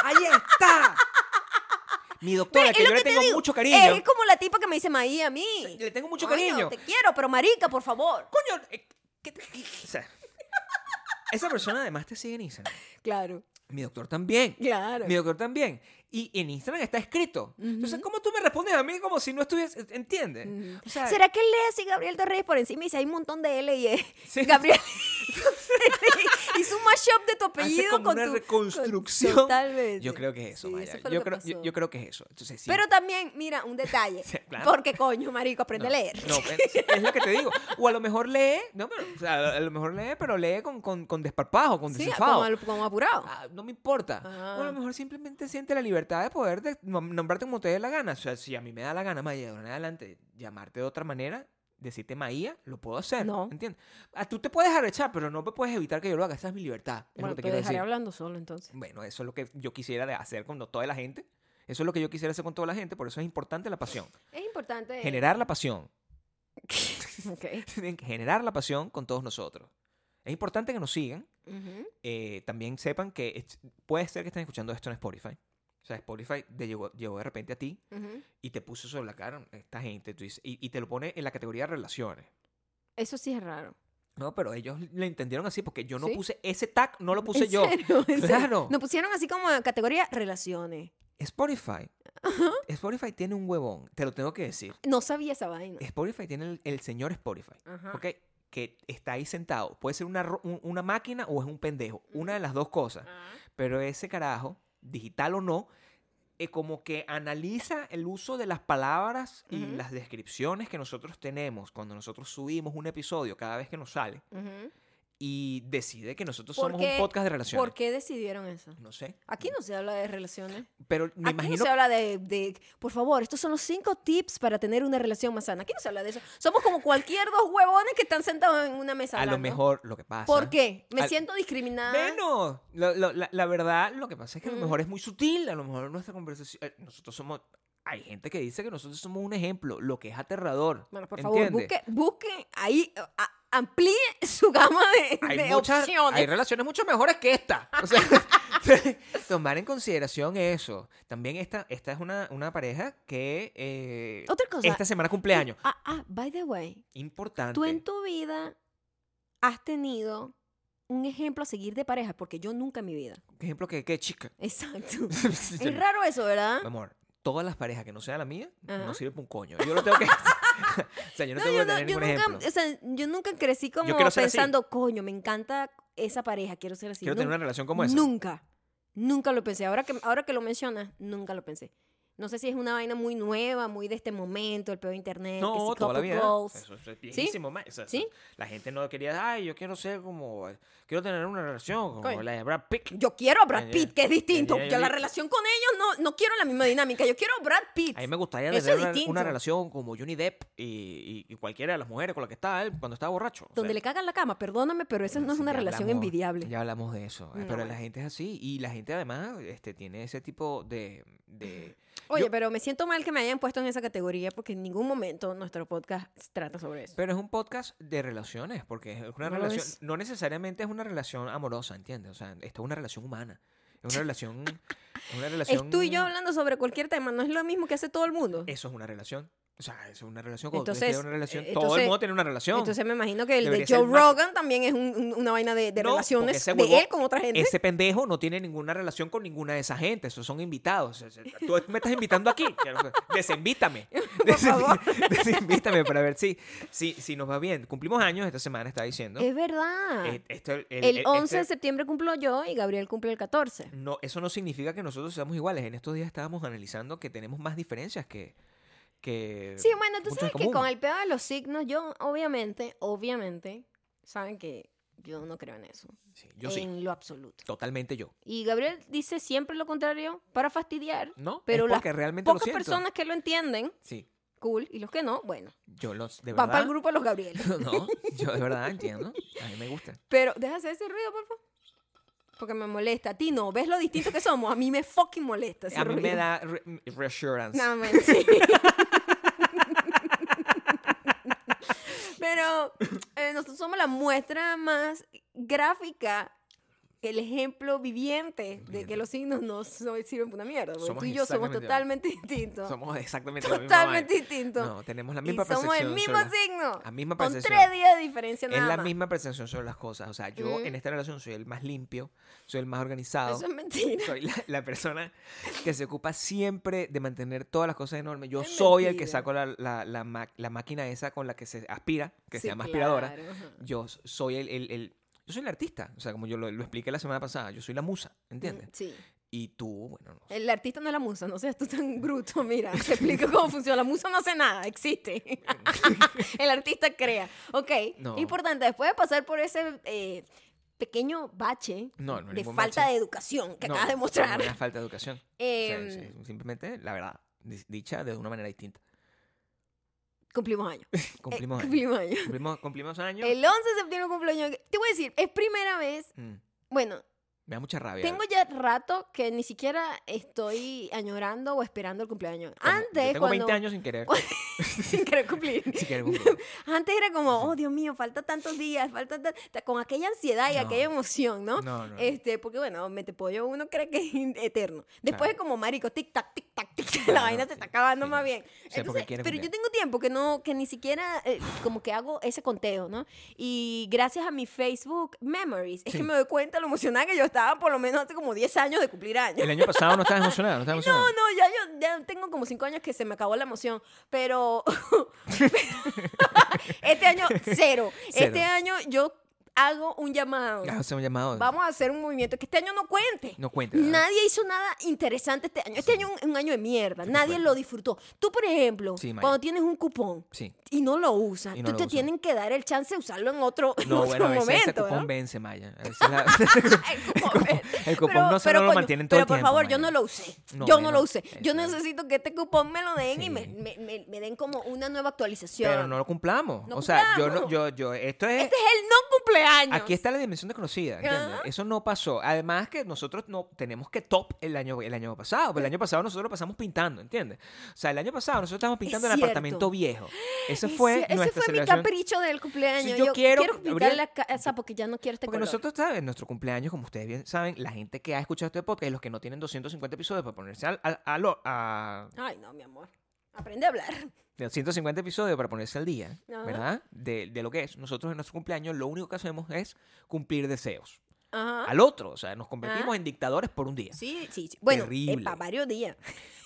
¡Ahí está! Mi doctora,
Mira,
que
es
yo
lo
le
te
tengo
digo,
mucho cariño.
Es como la tipa que me dice Maí a mí.
Le tengo mucho
Coño,
cariño.
Te quiero, pero marica, por favor.
Coño, eh, ¿qué te- qué- o sea, esa persona además te sigue en Instagram.
Claro,
Mi doctor también.
claro.
Mi doctor también. Y en Instagram está escrito. Entonces,
Ujú.
¿cómo tú me respondes a mí como si no estuviese? ¿Entiendes?
Ujú.
O sea,
¿Será que él lee así Gabriel Torreyes por encima y dice hay un montón de L y E?
Sí.
Gabriel hizo un mashup de tu
hace
apellido
como
con
una
tu-
reconstrucción.
con- totalmente.
Yo creo que es eso,
Sí,
Maya.
fue lo
yo,
que
creo,
pasó.
yo, yo creo que es eso. Entonces, sí.
Pero también, mira, un detalle.
Sí, claro.
Porque coño, marico, aprende
No,
a leer.
No, es, es lo que te digo. O a lo mejor lee, no, pero, o sea, a lo mejor lee, pero lee con, con, con desparpajo, con
sí,
desenfado.
como, al- como apurado.
Ah, no me importa. O a
Ah.
lo mejor simplemente siente la libertad de poder de nom- nombrarte como te dé la gana. O sea, si a mí me da la gana, Maya, de ahora en adelante, llamarte de otra manera, decirte Maía, lo puedo hacer.
No.
¿Entiendes? Ah, tú te puedes arrechar, pero no me puedes evitar que yo lo haga. Esa es mi libertad. es lo
bueno, te,
que te quiero
dejaré
decir.
hablando solo entonces.
Bueno, eso es lo que yo quisiera de- hacer con toda la gente. Eso es lo que yo quisiera hacer con toda la gente. Por eso es importante la pasión.
Es importante.
Generar la pasión.
Ok.
Tienen que generar la pasión con todos nosotros. Es importante que nos sigan.
Ujú.
Eh, también sepan que es- puede ser que estén escuchando esto en Spotify. sea, Spotify te llegó, llegó de repente a ti
Ujú.
y te puso sobre la cara esta gente. tú dices- y, y te lo pone en la categoría de relaciones.
Eso sí es raro.
No, pero ellos lo entendieron así porque yo no
¿Sí?
puse ese tag, no lo puse
¿En
yo.
serio? ¿En serio?
Claro.
Nos pusieron así como en categoría relaciones.
Spotify. Spotify tiene un huevón, te lo tengo que decir.
No sabía esa vaina.
Spotify tiene el, el señor Spotify,
Ajá.
¿ok? Que está ahí sentado. Puede ser una, ro- un- una máquina o es un pendejo. Una de las dos cosas.
Ah.
Pero ese carajo, digital o no, eh, como que analiza el uso de las palabras y
Ujú.
las descripciones que nosotros tenemos cuando nosotros subimos un episodio cada vez que nos sale
Ujú.
y decide que nosotros
¿Por
somos
qué?
un podcast de relaciones.
¿Por qué decidieron eso?
No sé.
Aquí no se habla de relaciones.
Pero me
Aquí
imagino
no se habla de, de, por favor, estos son los cinco tips para tener una relación más sana. Aquí no se habla de eso. Somos como cualquier dos huevones que están sentados en una mesa.
a lo
hablando.
mejor lo que pasa.
¿Por qué? Me
Al-
siento discriminada.
Menos. Lo- lo- la, la verdad, lo que pasa es que a lo
Mm.
mejor es muy sutil. A lo mejor nuestra conversación. eh, Nosotros somos. Hay gente que dice que nosotros somos un ejemplo, lo que es aterrador.
Bueno, por favor,
¿entiendes?
busque, busque ahí, a- amplíe su gama de, de
muchas-
opciones.
hay relaciones mucho mejores que esta. O sea, tomar en consideración eso. También esta, esta es una, una pareja que eh,
Otra cosa.
esta semana cumpleaños.
Ah, ah, by the way,
Importante.
tú en tu vida has tenido un ejemplo a seguir de pareja, porque yo nunca en mi vida.
Por ejemplo, que, que chica.
Exacto. Es raro eso, ¿verdad?
Mi amor, todas las parejas que no sea la mía
Ajá.
no sirven para un coño. Yo lo tengo que. o sea, yo no,
No,
tengo
yo, no-
que tener
yo
ningún
nunca,
ejemplo.
o sea, yo nunca crecí como
quiero ser así.
pensando, coño, me encanta esa pareja, quiero ser así.
Quiero tener una relación como esa.
Nunca, nunca lo pensé. Ahora que, ahora que lo mencionas, nunca lo pensé. No sé si es una vaina muy nueva, muy de este momento, el peor internet, que
No,
si
toda la
couple
vida.
goals.
Eso es viejísimo, ma. O sea,
¿Sí?
La gente no quería, ay, yo quiero ser como, quiero tener una relación como
Coño.
la de Brad Pitt.
Yo quiero a Brad
Ya,
Pitt,
ya.
que es distinto.
Ya, ya, ya,
Yo la
ya.
relación con ellos no, no quiero la misma dinámica. Yo quiero a Brad Pitt.
A mí me gustaría
Eso
tener
es
una,
distinto.
una relación como Johnny Depp y, y- y cualquiera de las mujeres con la que está él cuando estaba borracho. O
Donde
sea,
le cagan la cama, perdóname, pero esa no es
sí,
una
ya
relación
hablamos-
envidiable.
Ya hablamos de eso. eh,
No,
pero la
bueno.
gente es así. Y la gente además este, tiene ese tipo de... de-
Oye,
Yo-
pero me siento mal que me hayan puesto en esa categoría porque en ningún momento nuestro podcast trata sobre eso.
Pero es un podcast de relaciones, porque es una
¿Cómo lo
relación...
ves?
No necesariamente es una relación amorosa, ¿entiendes? O sea, esta es una relación humana. Es una relación... es una relación...
Es tú y yo hablando sobre cualquier tema, no es lo mismo que hace todo el mundo.
Eso es una relación. O sea, eso es una relación. Cuando
Entonces,
entonces, una relación
eh,
todo el
entonces-
mundo tiene una relación.
Entonces me imagino que el de
Debería ser
Joe
más-
Rogan también es un- un- una vaina de, de
No, porque
relaciones
ese
de
huevón-
él con otra gente.
Ese pendejo no tiene ninguna relación con ninguna de esa gente. Esos son invitados. O sea, Tú me estás invitando aquí. Desinvítame.
favor.
Desinvítame para ver si, si, si nos va bien. Cumplimos años esta semana, está diciendo.
Es verdad.
Eh, esto- el, el- Mm,
el,
este-
11 de septiembre cumplo yo y Gabriel cumple el 14.
no, eso no significa que nosotros seamos iguales. En estos días estábamos analizando que tenemos más diferencias que. que
Sí, bueno, tú
puntos eh,
sabes
en
que
común.
con el peor de los signos, yo obviamente, obviamente, saben que yo no creo en eso.
Sí, yo sí.
En lo absoluto.
Totalmente yo.
Y Gabriel dice siempre lo contrario para fastidiar.
¿No?
Pero
es
las
porque realmente lo
Pocas
siento.
personas que lo entienden,
Sí,
cool, y los que no, bueno,
yo los. De
van para
verdad.
el grupo de los Gabriel.
No, yo de verdad entiendo. A mí me gusta.
Pero deja hacer ese ruido, por favor. Porque me molesta. A ti no, ¿ves lo distinto que somos? A mí me fucking molesta ese
A mí me
ruido.
da re- reassurance.
No, me- sí. Pero eh, nosotros somos la muestra más gráfica, el ejemplo viviente de que los signos no so- sirven para una mierda. porque
Somos
tú y yo somos
exactamente
totalmente distintos.
Somos exactamente la misma
totalmente
vaina.
distintos.
No, tenemos la
y
misma
somos el
percepción.
mismo
sobre las-
signo.
la misma
Con
percepción.
tres días de diferencia
es
nada
la
más.
misma percepción sobre las cosas. O sea, yo
Ujú.
en esta relación soy el más limpio, soy el más organizado.
Eso es mentira.
Soy la, la persona que se ocupa siempre de mantener todas las cosas enormes. Yo
Es
soy el que
mentira.
saco la, la- la ma- la máquina esa con la que se aspira, que
Sí,
se llama aspiradora.
claro, ajá.
Yo soy el, el- el- Yo soy el artista. O sea, como yo lo, lo expliqué la semana pasada, yo soy la musa, ¿entiendes?
Sí.
Y tú, bueno, no sé.
El artista no es la musa, no seas tú tan bruto, mira, te explico cómo funciona. La musa no hace nada, existe. El artista crea. Ok,
No.
importante, después de pasar por ese eh, pequeño bache
No, no es
de
ningún
falta
bache.
de educación que
No,
acabas de
no,
mostrar,
no, Una falta de educación. O sea,
em,
sí, simplemente, la verdad, di- dicha de una manera distinta.
cumplimos años. Eh,
Cumplimos años.
cumplimos años.
Cumplimos, cumplimos años.
El 11 de septiembre cumplo años. Te voy a decir, es primera vez,
Mm,
bueno,
Me da mucha rabia.
Tengo ya rato que ni siquiera estoy añorando o esperando el cumpleaños.
Como- yo
Antes,
tengo
cuando...
20 años sin querer.
sin querer cumplir.
sin querer cumplir.
Antes era como, oh Dios mío, faltan tantos días, faltan tan- ta- con aquella ansiedad y
No.
aquella emoción, ¿no?
No, no, no.
Este, porque bueno, metepollo uno cree que es in- eterno. Después
Claro.
es como marico, tic tac, tic tac, tic, tac, la
Claro,
vaina se
sí,
está acabando
sí.
más bien.
O sea, porque
Entonces,
quieres
pero yo
cumpleaños.
tengo tiempo que no, que ni siquiera eh, como que hago ese conteo, ¿no? Y gracias a mi Facebook Memories, es
Sí.
que me doy cuenta lo emocionada que yo estaba por lo menos hace como 10 años de cumplir años.
El año pasado no estabas emocionada, no estabas
No,
emocionada.
no, ya yo ya tengo como cinco años que se me acabó la emoción, pero este año cero. Este
Cero.
año yo hago un llamado.
Ah, se me ha llamado.
Vamos a hacer un movimiento que este año no cuente.
No cuenta. ¿verdad?
Nadie hizo nada interesante este año. Este año es un, un año de mierda.
Sí,
Nadie
bueno.
lo disfrutó. Tú, por ejemplo,
Sí, Maya.
cuando tienes un cupón
Sí.
y no lo usas,
Y no
tú
lo
te
usan.
tienen que dar el chance de usarlo en otro, en
No,
otro
bueno, a veces ese
momento.
cupón
¿no?
vence, Maya. A veces la-
El cupón vence.
el cupón no se- no lo mantienen todo
Pero
el
por
tiempo,
favor, yo
Maya.
no lo usé.
No,
yo no
bueno,
lo usé. Yo
eso es.
necesito que este cupón me lo den y
Sí.
me, me- me- me den como una nueva actualización.
pero no lo cumplamos.
No
o sea,
cumplamos.
yo no, yo, yo, esto es.
Este es el no cumpleaños.
Aquí está la dimensión desconocida, ¿entiendes?
Ajá.
Eso no pasó. Además que nosotros no tenemos que top el año, el año pasado, porque el año pasado nosotros lo pasamos pintando, ¿entiendes? O sea, el año pasado nosotros estábamos pintando el
cierto.
apartamento viejo. Ese
Ese-
fue
ese,
nuestra
fue mi
celebración.
capricho del cumpleaños.
Sí,
yo,
yo
quiero,
quiero-
pintar
Gabriel-
la casa porque ya no quiero este
Porque
color.
nosotros, ¿sabes? Nuestro cumpleaños, como ustedes bien saben, la gente que ha escuchado este podcast y los que no tienen 250 episodios para ponerse al, al- a lo- a-
Ay, no, mi amor. Aprende a hablar.
de 150 episodios para ponerse al día,
Ajá.
¿verdad? De, de lo que es. Nosotros en nuestro cumpleaños lo único que hacemos es cumplir deseos
Ajá.
al otro. O sea, nos
Ah.
convertimos en dictadores por un día.
Sí, sí, sí. Bueno,
Terrible.
para varios días.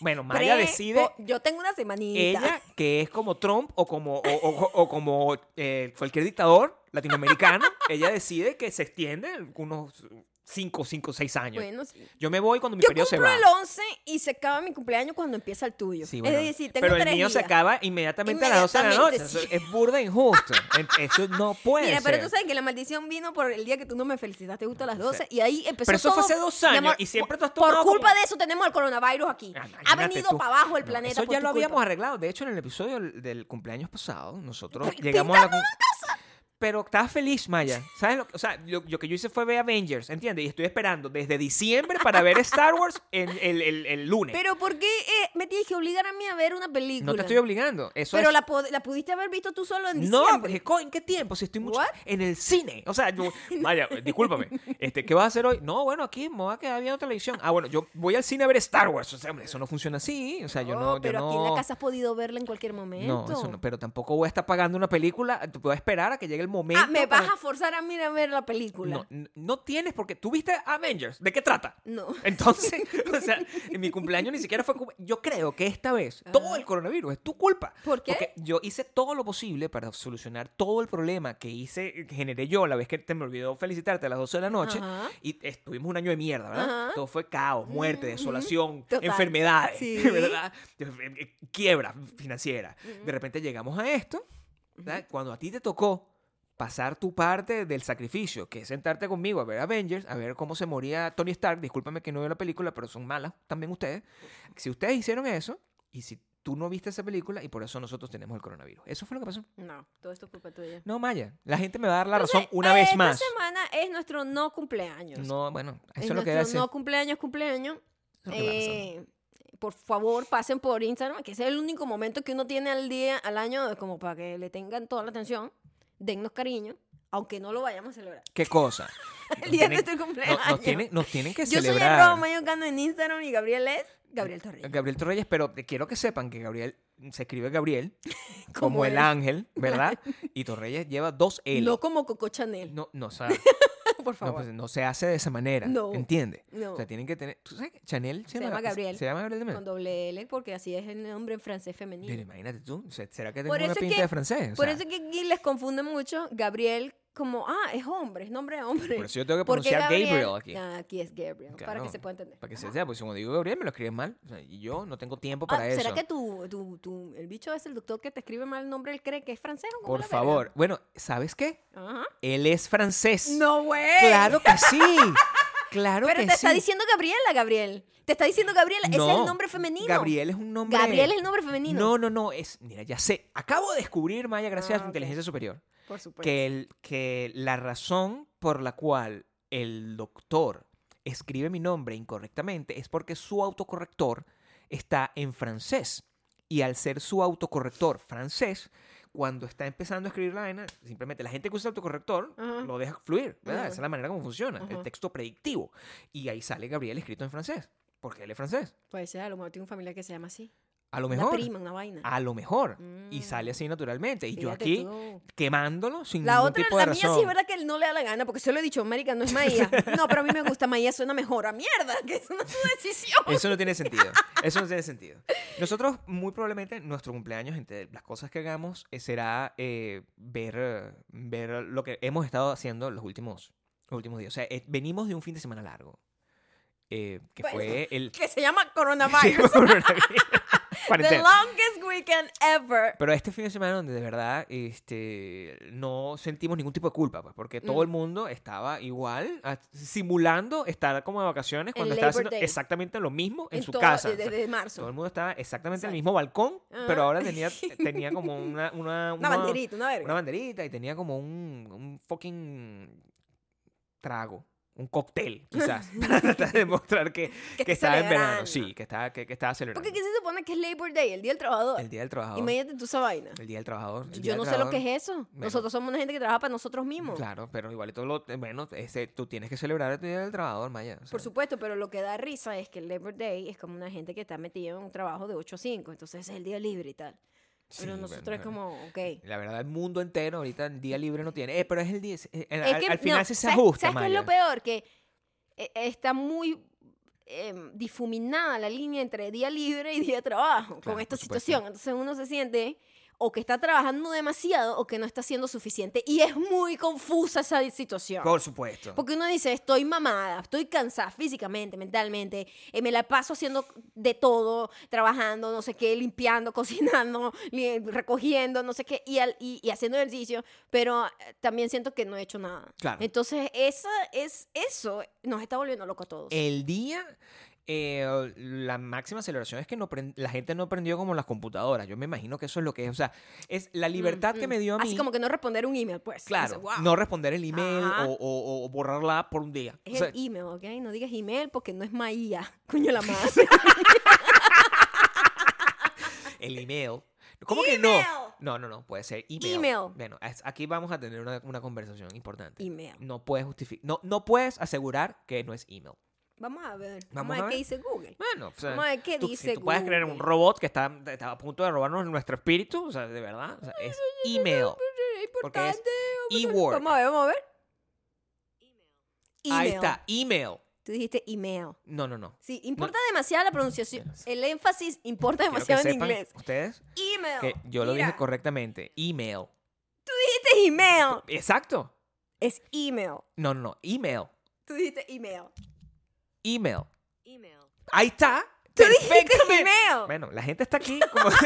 Bueno, Maya
Pre-
decide
po- Yo tengo una semanita.
ella que es como Trump o como, o, o- o como eh, cualquier dictador latinoamericano, ella decide que se extiende unos 5, 5, 6 años.
Bueno, sí.
Yo me voy cuando mi
Yo
periodo se
cumplo
va.
el 11 y se acaba mi cumpleaños cuando empieza el tuyo.
Sí, bueno,
es decir, tengo
pero el
tres
mío se
días.
acaba inmediatamente a las 12 de la noche.
Inmediatamente,
Eso Es burda e injusto. En- Eso no puede
Mira, pero
ser.
tú sabes que la maldición vino por el día que tú no me felicitaste justo a las
No
12
sé.
y ahí empezó
Pero eso fue
todo.
hace dos
Mi
años,
amor,
y siempre tú has
Por
tomado
culpa
como-
de eso tenemos el coronavirus aquí.
Ah,
ha
imagínate
venido
tú.
para abajo el
No,
planeta
Eso
por
ya
tu
lo habíamos
culpa.
arreglado. De hecho, en el episodio del, del cumpleaños pasado, nosotros
P-
llegamos a la.
pintando
con- Pero estaba feliz, Maya. ¿Sabes lo que, o sea, lo, lo que yo hice fue ver Avengers, ¿entiendes? Y estoy esperando desde diciembre para ver Star Wars en- el, el- el lunes.
Pero ¿por qué eh, me tienes que obligar a mí a ver una película?
no te estoy obligando. Eso
Pero
es-
la, pod- la pudiste haber visto tú solo en
No,
diciembre.
porque, co- ¿en qué tiempo? Si estoy mucho
What?
en el cine. O sea, yo, Maya, discúlpame. Este, ¿Qué vas a hacer hoy? No, bueno, aquí me voy a quedar viendo televisión. Ah, bueno, yo voy al cine a ver Star Wars. O sea, hombre, eso no funciona así. O sea, yo no. yo
Oh, pero aquí en
no-
la casa has podido verla en cualquier momento. Ah,
No, eso no. Pero tampoco voy a estar pagando una película. Te Voy a esperar a que llegue el momento.
Ah, me
para-
vas a forzar a mí a ver la película.
No, n- no tienes porque tú viste Avengers. ¿De qué trata?
No.
Entonces, o sea, en mi cumpleaños ni siquiera fue. cum- Yo creo que esta vez todo el coronavirus es tu culpa.
¿Por Ah. qué?
Porque yo hice todo lo posible para solucionar todo el problema que hice, que generé yo la vez que te me olvidó felicitarte a las 12 de la noche.
Ajá.
Y estuvimos un año de mierda, ¿verdad?
Ajá. Mm,
Todo fue caos, muerte, desolación,
Total.
enfermedades,
Sí.
¿verdad? eh, Quiebra financiera. De repente llegamos a esto. ¿verdad? Cuando a ti te tocó pasar tu parte del sacrificio, que es sentarte conmigo a ver Avengers, a ver cómo se moría Tony Stark, discúlpame que no veo la película, pero son malas también ustedes. Si ustedes hicieron eso, y si tú no viste esa película, y por eso nosotros tenemos el coronavirus. Eso fue lo que pasó.
No, todo esto es culpa tuya.
No, Maya, la gente me va a dar la
Entonces, eh,
razón una vez más.
Esta semana es nuestro no cumpleaños.
No, bueno,
Es
eso es, lo que voy a
nuestro
decir.
no cumpleaños, cumpleaños.
Eso es lo que va a pasar.
Eh, por favor, pasen por Instagram, que ese es el único momento que uno tiene al día, al año, de como para que le tengan toda la atención, dennos cariño, aunque no lo vayamos a celebrar.
¿Qué cosa?
El día de
Tienen-
nuestro
no-
cumpleaños.
nos, tienen, nos tienen que
Yo soy
celebrar.
arroba mayocando en Instagram y Gabriel es Gabriel Torres.
Gabriel Torreyes, pero te- quiero que sepan que Gabriel se escribe Gabriel
Como
como el
él.
ángel, ¿verdad? Y Torreyes lleva dos L.
No como Coco Chanel,
No, no, o sea,
por
no,
favor.
pues, no se hace de esa manera.
No.
¿Entiendes?
No.
O sea, tienen que tener. ¿Tú sabes que Chanel se,
Se llama Gabriel.
Se llama Gabriel también.
Con doble L, porque así es el nombre en francés
Pero
femenino.
imagínate tú. o sea, ¿Será que tengo
Por
una
eso es
pinta
que-
de francés? O
Por
sea,
eso es que aquí les confunde mucho Gabriel como, ah, es hombre, es nombre de hombre.
por eso yo tengo que
¿Por qué
pronunciar Gabriel,
Gabriel?
aquí.
Ah, aquí es Gabriel, para
Claro,
que se pueda entender.
Para que se
Ajá.
sea, porque si como digo Gabriel, me lo escriben mal. o sea, y yo no tengo tiempo
Ah,
para eso.
¿Será que tu, tu- tu- el bicho es el doctor que te escribe mal el nombre? Él cree que es francés. o cómo
Por
la verga?
favor. Bueno, ¿sabes qué?
Ajá.
Él es francés.
No, güey.
Claro que sí. Claro
Pero
que
te
sí.
está diciendo Gabriela, Gabriel. Te está diciendo Gabriela. es el
No,
nombre femenino.
Gabriel es un nombre.
Gabriel es el nombre femenino.
No, no, no. Es, mira, ya sé. Acabo de descubrir, Maya, gracias
Ah,
a tu
ok.
inteligencia superior.
pues Por supuesto.
que, el, que la razón por la cual el doctor escribe mi nombre incorrectamente es porque su autocorrector está en francés. Y al ser su autocorrector francés, cuando está empezando a escribir la vaina, simplemente la gente que usa el autocorrector
Ajá.
lo deja fluir. ¿verdad?
Ajá.
Esa es la manera como funciona. El
Ajá.
texto predictivo. Y ahí sale Gabriel escrito en francés. Porque él es francés.
Puede ser, a lo mejor tengo una familia que se llama así.
A lo
Una
mejor.
prima, una vaina.
A lo mejor. Y
Mm.
sale así naturalmente. Y yo
Fíjate
aquí
tú.
quemándolo sin
La
ningún
otra,
tipo de
la mía
razón.
sí es verdad que él no le da la gana, porque se lo he dicho, América no es Maía. No, pero a mí me gusta Maía, suena mejor. ¡A mierda! Que eso no es tu decisión.
Eso no tiene sentido. Eso no tiene sentido. Nosotros, muy probablemente, nuestro cumpleaños, entre las cosas que hagamos, eh, será eh, ver, eh, ver lo que hemos estado haciendo los últimos, los últimos días. O sea, eh, venimos de un fin de semana largo. eh, que
Bueno,
fue el.
Que se llama
Sí,
coronavirus. The
cuarentena.
longest weekend ever.
Pero este fin de semana donde de verdad este, no sentimos ningún tipo de culpa, pues, porque todo
Mm.
el mundo estaba igual, a- simulando estar como de vacaciones cuando
El
estaba
Labor
haciendo
Day.
exactamente lo mismo en, su
todo-
casa. O sea,
Desde, desde
Todo
marzo.
el mundo estaba exactamente en el
Exacto.
mismo balcón, pero
Ah.
ahora tenía, tenía como una, una,
Una banderita, una
una
verga.
banderita y tenía como un, un fucking trago, un cóctel, quizás, para tratar de demostrar que, que,
está
estaba en verano.
celebrando.
Sí, que estaba, que, que estaba celebrando.
Porque ¿qué se supone que es Labor Day, el Día del Trabajador?
El Día del Trabajador.
Imagínate tú esa vaina.
El Día del Trabajador. el Día
Yo
del
no sé lo que
Trabajador.
es eso.
Bueno.
Nosotros somos una gente que trabaja para nosotros mismos.
Claro, pero igual todo lo, bueno, ese, tú tienes que celebrar el Día del Trabajador, Maya. o sea,
Por supuesto, pero lo que da risa es que el Labor Day es como una gente que está metida en un trabajo de 8 a 5, entonces es el día libre y tal. Pero
sí,
nosotros
bueno, eh,
es como, ok.
La verdad, el mundo entero ahorita el día libre no tiene. Eh, pero es el día. es- eh, al-
Es
al,
que,
al final
no,
sí se
¿sabes-
ajusta,
¿Sabes qué es
Maya.
lo peor? Que eh, está muy em, difuminada la línea entre día libre y día de trabajo
Claro,
con esta
por supuesto.
situación. Entonces uno se siente o que está trabajando demasiado o que no está haciendo suficiente. Y es muy confusa esa situación.
Por supuesto.
Porque uno dice, estoy mamada, estoy cansada físicamente, mentalmente, eh, me la paso haciendo de todo, trabajando, no sé qué, limpiando, cocinando, li- recogiendo, no sé qué, y, al- y- y haciendo ejercicio, pero eh, también siento que no he hecho nada.
Claro.
Entonces, esa es, eso nos está volviendo loco a todos.
El día. eh, la máxima celebración es que no pren- la gente no prendió como las computadoras. Yo me imagino que eso es lo que es. O sea, es la libertad que me dio a mí.
Mm, Así como que no responder un email, pues.
claro,
Dice, "Wow".
no responder el email
Ajá.
o, o- o borrar la app por un día. O
Es
sea,
el email, ¿ok? No digas email porque no es Maía, coño la madre.
El email. ¿Cómo que
Email.
no? No, no, no, puede ser email.
Email.
Bueno, es- aquí vamos a tener una, una conversación importante.
email.
No puedes justificar, no, no puedes asegurar que no es email.
Vamos a ver.
Vamos
Vamos a
a
ver qué
ver.
dice Google.
Bueno, o sea,
Vamos a ver qué
tú, si
dice
tú puedes crear un
Google.
robot que está, está a punto de robarnos nuestro espíritu, o sea, de verdad, o sea, es email. Porque es
importante. vamos a-
e-work.
Vamos a ver, vamos a ver.
Ahí
Email.
está, email.
Tú dijiste email.
No, no, no.
Sí, importa demasiado la pronunciación. El énfasis importa
Quiero que
demasiado en
sepan
inglés.
Ustedes
Email.
que yo lo dije
Mira,
correctamente, email.
Tú dijiste email.
Exacto.
Es email.
No, no, no, email,
Tú dijiste email.
email. Ahí está.
Tú dijiste
perfectamente.
email.
Bueno, la gente está aquí como de,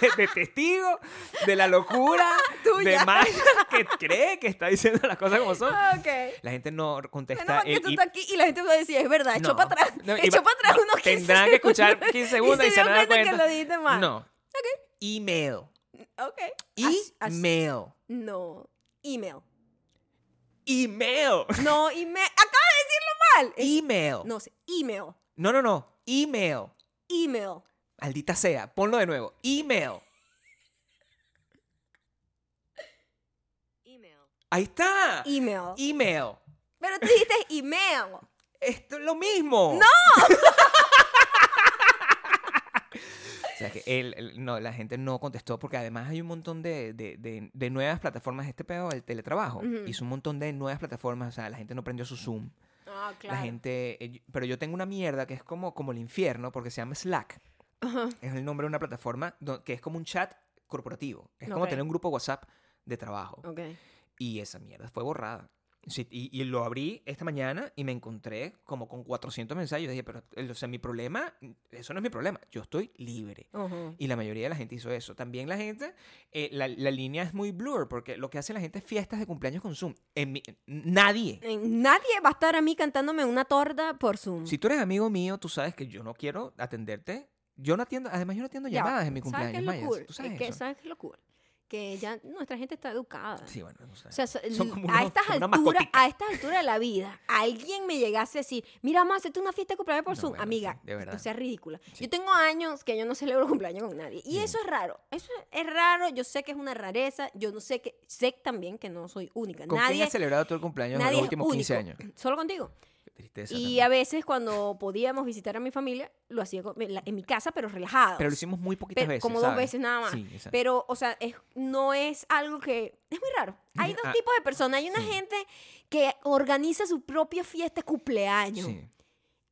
de- de testigo de la locura
Tuya.
de Maya que cree que está diciendo las cosas como son.
Ok.
La gente no
Menos
contesta
mal que
el
tú
i-
estás aquí y la gente va a decir, es verdad, echó
e- No.
para atrás.
No,
echó
iba-
para atrás unos 15
Tendrán que escuchar
segundos.
15 segundos y se
dio
van a dar
que
cuenta.
lo dijiste mal.
No. Email.
Ok. As- as-
Email.
No. Email.
Email.
No, email. Acaba de decirlo mal. Es-
Email.
No sé. Email.
No, no, no. Email.
Email.
Maldita sea. Ponlo de nuevo. Email. Ahí está.
Email.
Email.
Pero tú dijiste email.
Esto es lo mismo. ¡No! O sea, que él, él- no, la gente no contestó porque además hay un montón de, de- de- de nuevas plataformas. Este pedo del teletrabajo
Ujú.
hizo un montón de nuevas plataformas. O sea, la gente no prendió su Zoom.
Ah,
La gente. eh, yo- Pero yo tengo una mierda que es como, como el infierno porque se llama Slack. Es el nombre de una plataforma do- que es como un chat corporativo. Es como
Ok.
tener un grupo WhatsApp de trabajo.
Ok.
Y esa mierda fue borrada. Sí, y, y lo abrí esta mañana y me encontré como con 400 mensajes. Yo dije, pero, eh, o sea, mi problema, eso no es mi problema. Yo estoy libre. Y la mayoría de la gente hizo eso. También la gente, eh, la, la línea es muy blur porque lo que hace la gente es fiestas de cumpleaños con Zoom. En mi- nadie.
Eh, Nadie va a estar a mí cantándome una torta por Zoom.
Si tú eres amigo mío, tú sabes que yo no quiero atenderte. Yo no atiendo, además yo no atiendo
Ya,
llamadas en mi
¿sabes qué
cumpleaños,
es lo
Mayas.
cool?
¿Tú
Es
sabes
que,
eso?
¿Sabes qué es lo cool? que ya nuestra gente está educada.
Sí, bueno, no sé.
O sea, so-
Son como
a,
unos-
estas
como una
alturas,
mascotica.
a estas alturas de la vida, alguien me llegase a decir, mira, más, hazte una fiesta de cumpleaños por
No,
Zoom.
bueno,
Amiga,
sí, de verdad.
no seas ridícula.
Sí.
Yo tengo años que yo no celebro cumpleaños con nadie. Y
Mm.
eso es raro. Eso es raro. Yo sé que es una rareza. Yo no sé que... Sé también que no soy única.
¿Con quién
Nadie,
has celebrado tu cumpleaños en
nadie es
los últimos
único.
15 años?
Solo contigo.
Qué tristeza.
Y
también.
a veces cuando podíamos visitar a mi familia, lo hacía con- en la- en mi casa, pero relajado.
Pero lo hicimos muy poquitas
Pero
veces.
como dos
¿sabes?
veces nada más.
Sí, exacto.
Pero, o sea, es- no es algo que... Es muy raro. Hay
Ujú,
dos
ah,
tipos de personas. Hay una
sí.
gente que organiza su propia fiesta de cumpleaños.
Sí.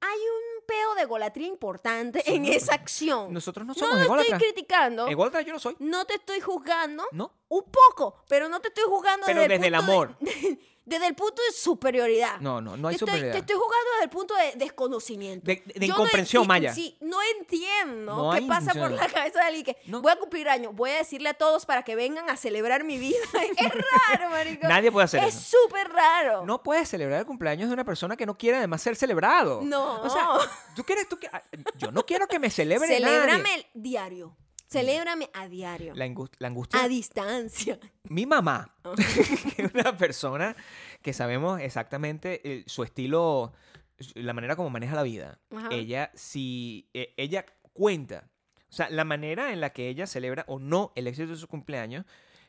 Hay un peo de golatría importante
Sí,
en
no,
esa acción. No,
Nosotros no
te
somos ególatras.
estoy criticando.
Ególatra yo no soy.
No te estoy juzgando.
No.
Un poco, pero no te estoy juzgando
Pero
desde,
desde el
punto de-
amor.
desde el punto de superioridad.
No, no, no hay
te, estoy,
superioridad.
te estoy jugando desde el punto de desconocimiento.
De- de
Yo
incomprensión,
enti-
Maya.
Sí, no entiendo
No
qué
hay
pasa por
incomprensión.
la cabeza de alguien que
No.
voy a cumplir años, voy a decirle a todos para que vengan a celebrar mi vida. es raro, marico.
Nadie puede hacer
es
eso.
súper raro.
No puedes celebrar el cumpleaños de una persona que no quiere además ser celebrado.
No.
O sea, tú quieres, tú que- ah, yo no quiero que me celebre
Celébrame
nadie.
el diario. Celébrame a diario.
La, angus- la angustia.
A distancia.
Mi mamá, que es una persona que sabemos exactamente eh, su estilo, su- la manera como maneja la vida.
Ajá.
Ella, si eh, ella cuenta, o sea, la manera en la que ella celebra o no el éxito de su cumpleaños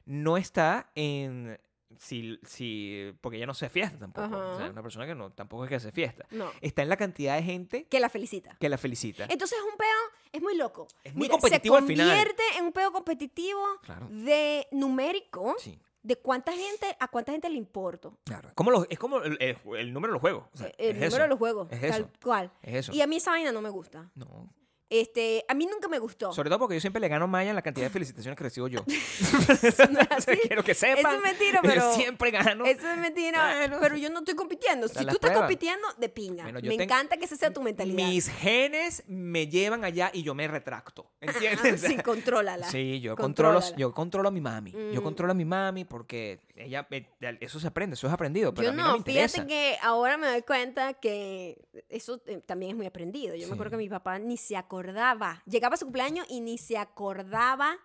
no está en si, si porque ella no se fiesta tampoco.
Ajá.
O sea, es una persona que no tampoco es que hace fiesta.
No.
Está en la cantidad de gente
Que la felicita.
que la felicita.
Entonces es un peo, es muy loco.
Es muy
Mira,
competitivo
se
al final.
convierte en un peo competitivo
Claro.
de numérico.
Sí,
de cuánta gente, a cuánta gente le importo.
claro. Como los- es como el, el- el número de los juegos. o sea,
Eh, el
es
número
eso,
de los juegos,
Es
tal
eso.
cual.
Es eso.
Y a mí esa vaina no me gusta.
No,
Este, a mí nunca me gustó.
Sobre todo porque yo siempre le gano Maya en la cantidad de felicitaciones que recibo yo.
No es
O sea,
así.
quiero que
Ah, Eso
sepan.
es mentira,
yo
pero
siempre gano.
eso es mentira,
Bueno,
pero yo no estoy compitiendo. Si
las
tú estás
pruebas.
compitiendo, de pinga.
Bueno, yo
me
tengo-
encanta que esa sea tu mentalidad.
Mis genes me llevan allá y yo me retracto.
Ah,
¿Entiendes?
sí, contrólala.
Sí, yo controlo,
Contrólala.
yo controlo a mi mami. Yo
Mm.
controlo a mi mami porque ella, eh, eso se aprende, eso es aprendido. Pero
yo
a mí
no,
no, me interesa.
fíjate que ahora me doy cuenta que eso eh, también es muy aprendido. Yo me acuerdo
Sí.
que mi papá ni se acordaba. Llegaba a su cumpleaños y ni se acordaba.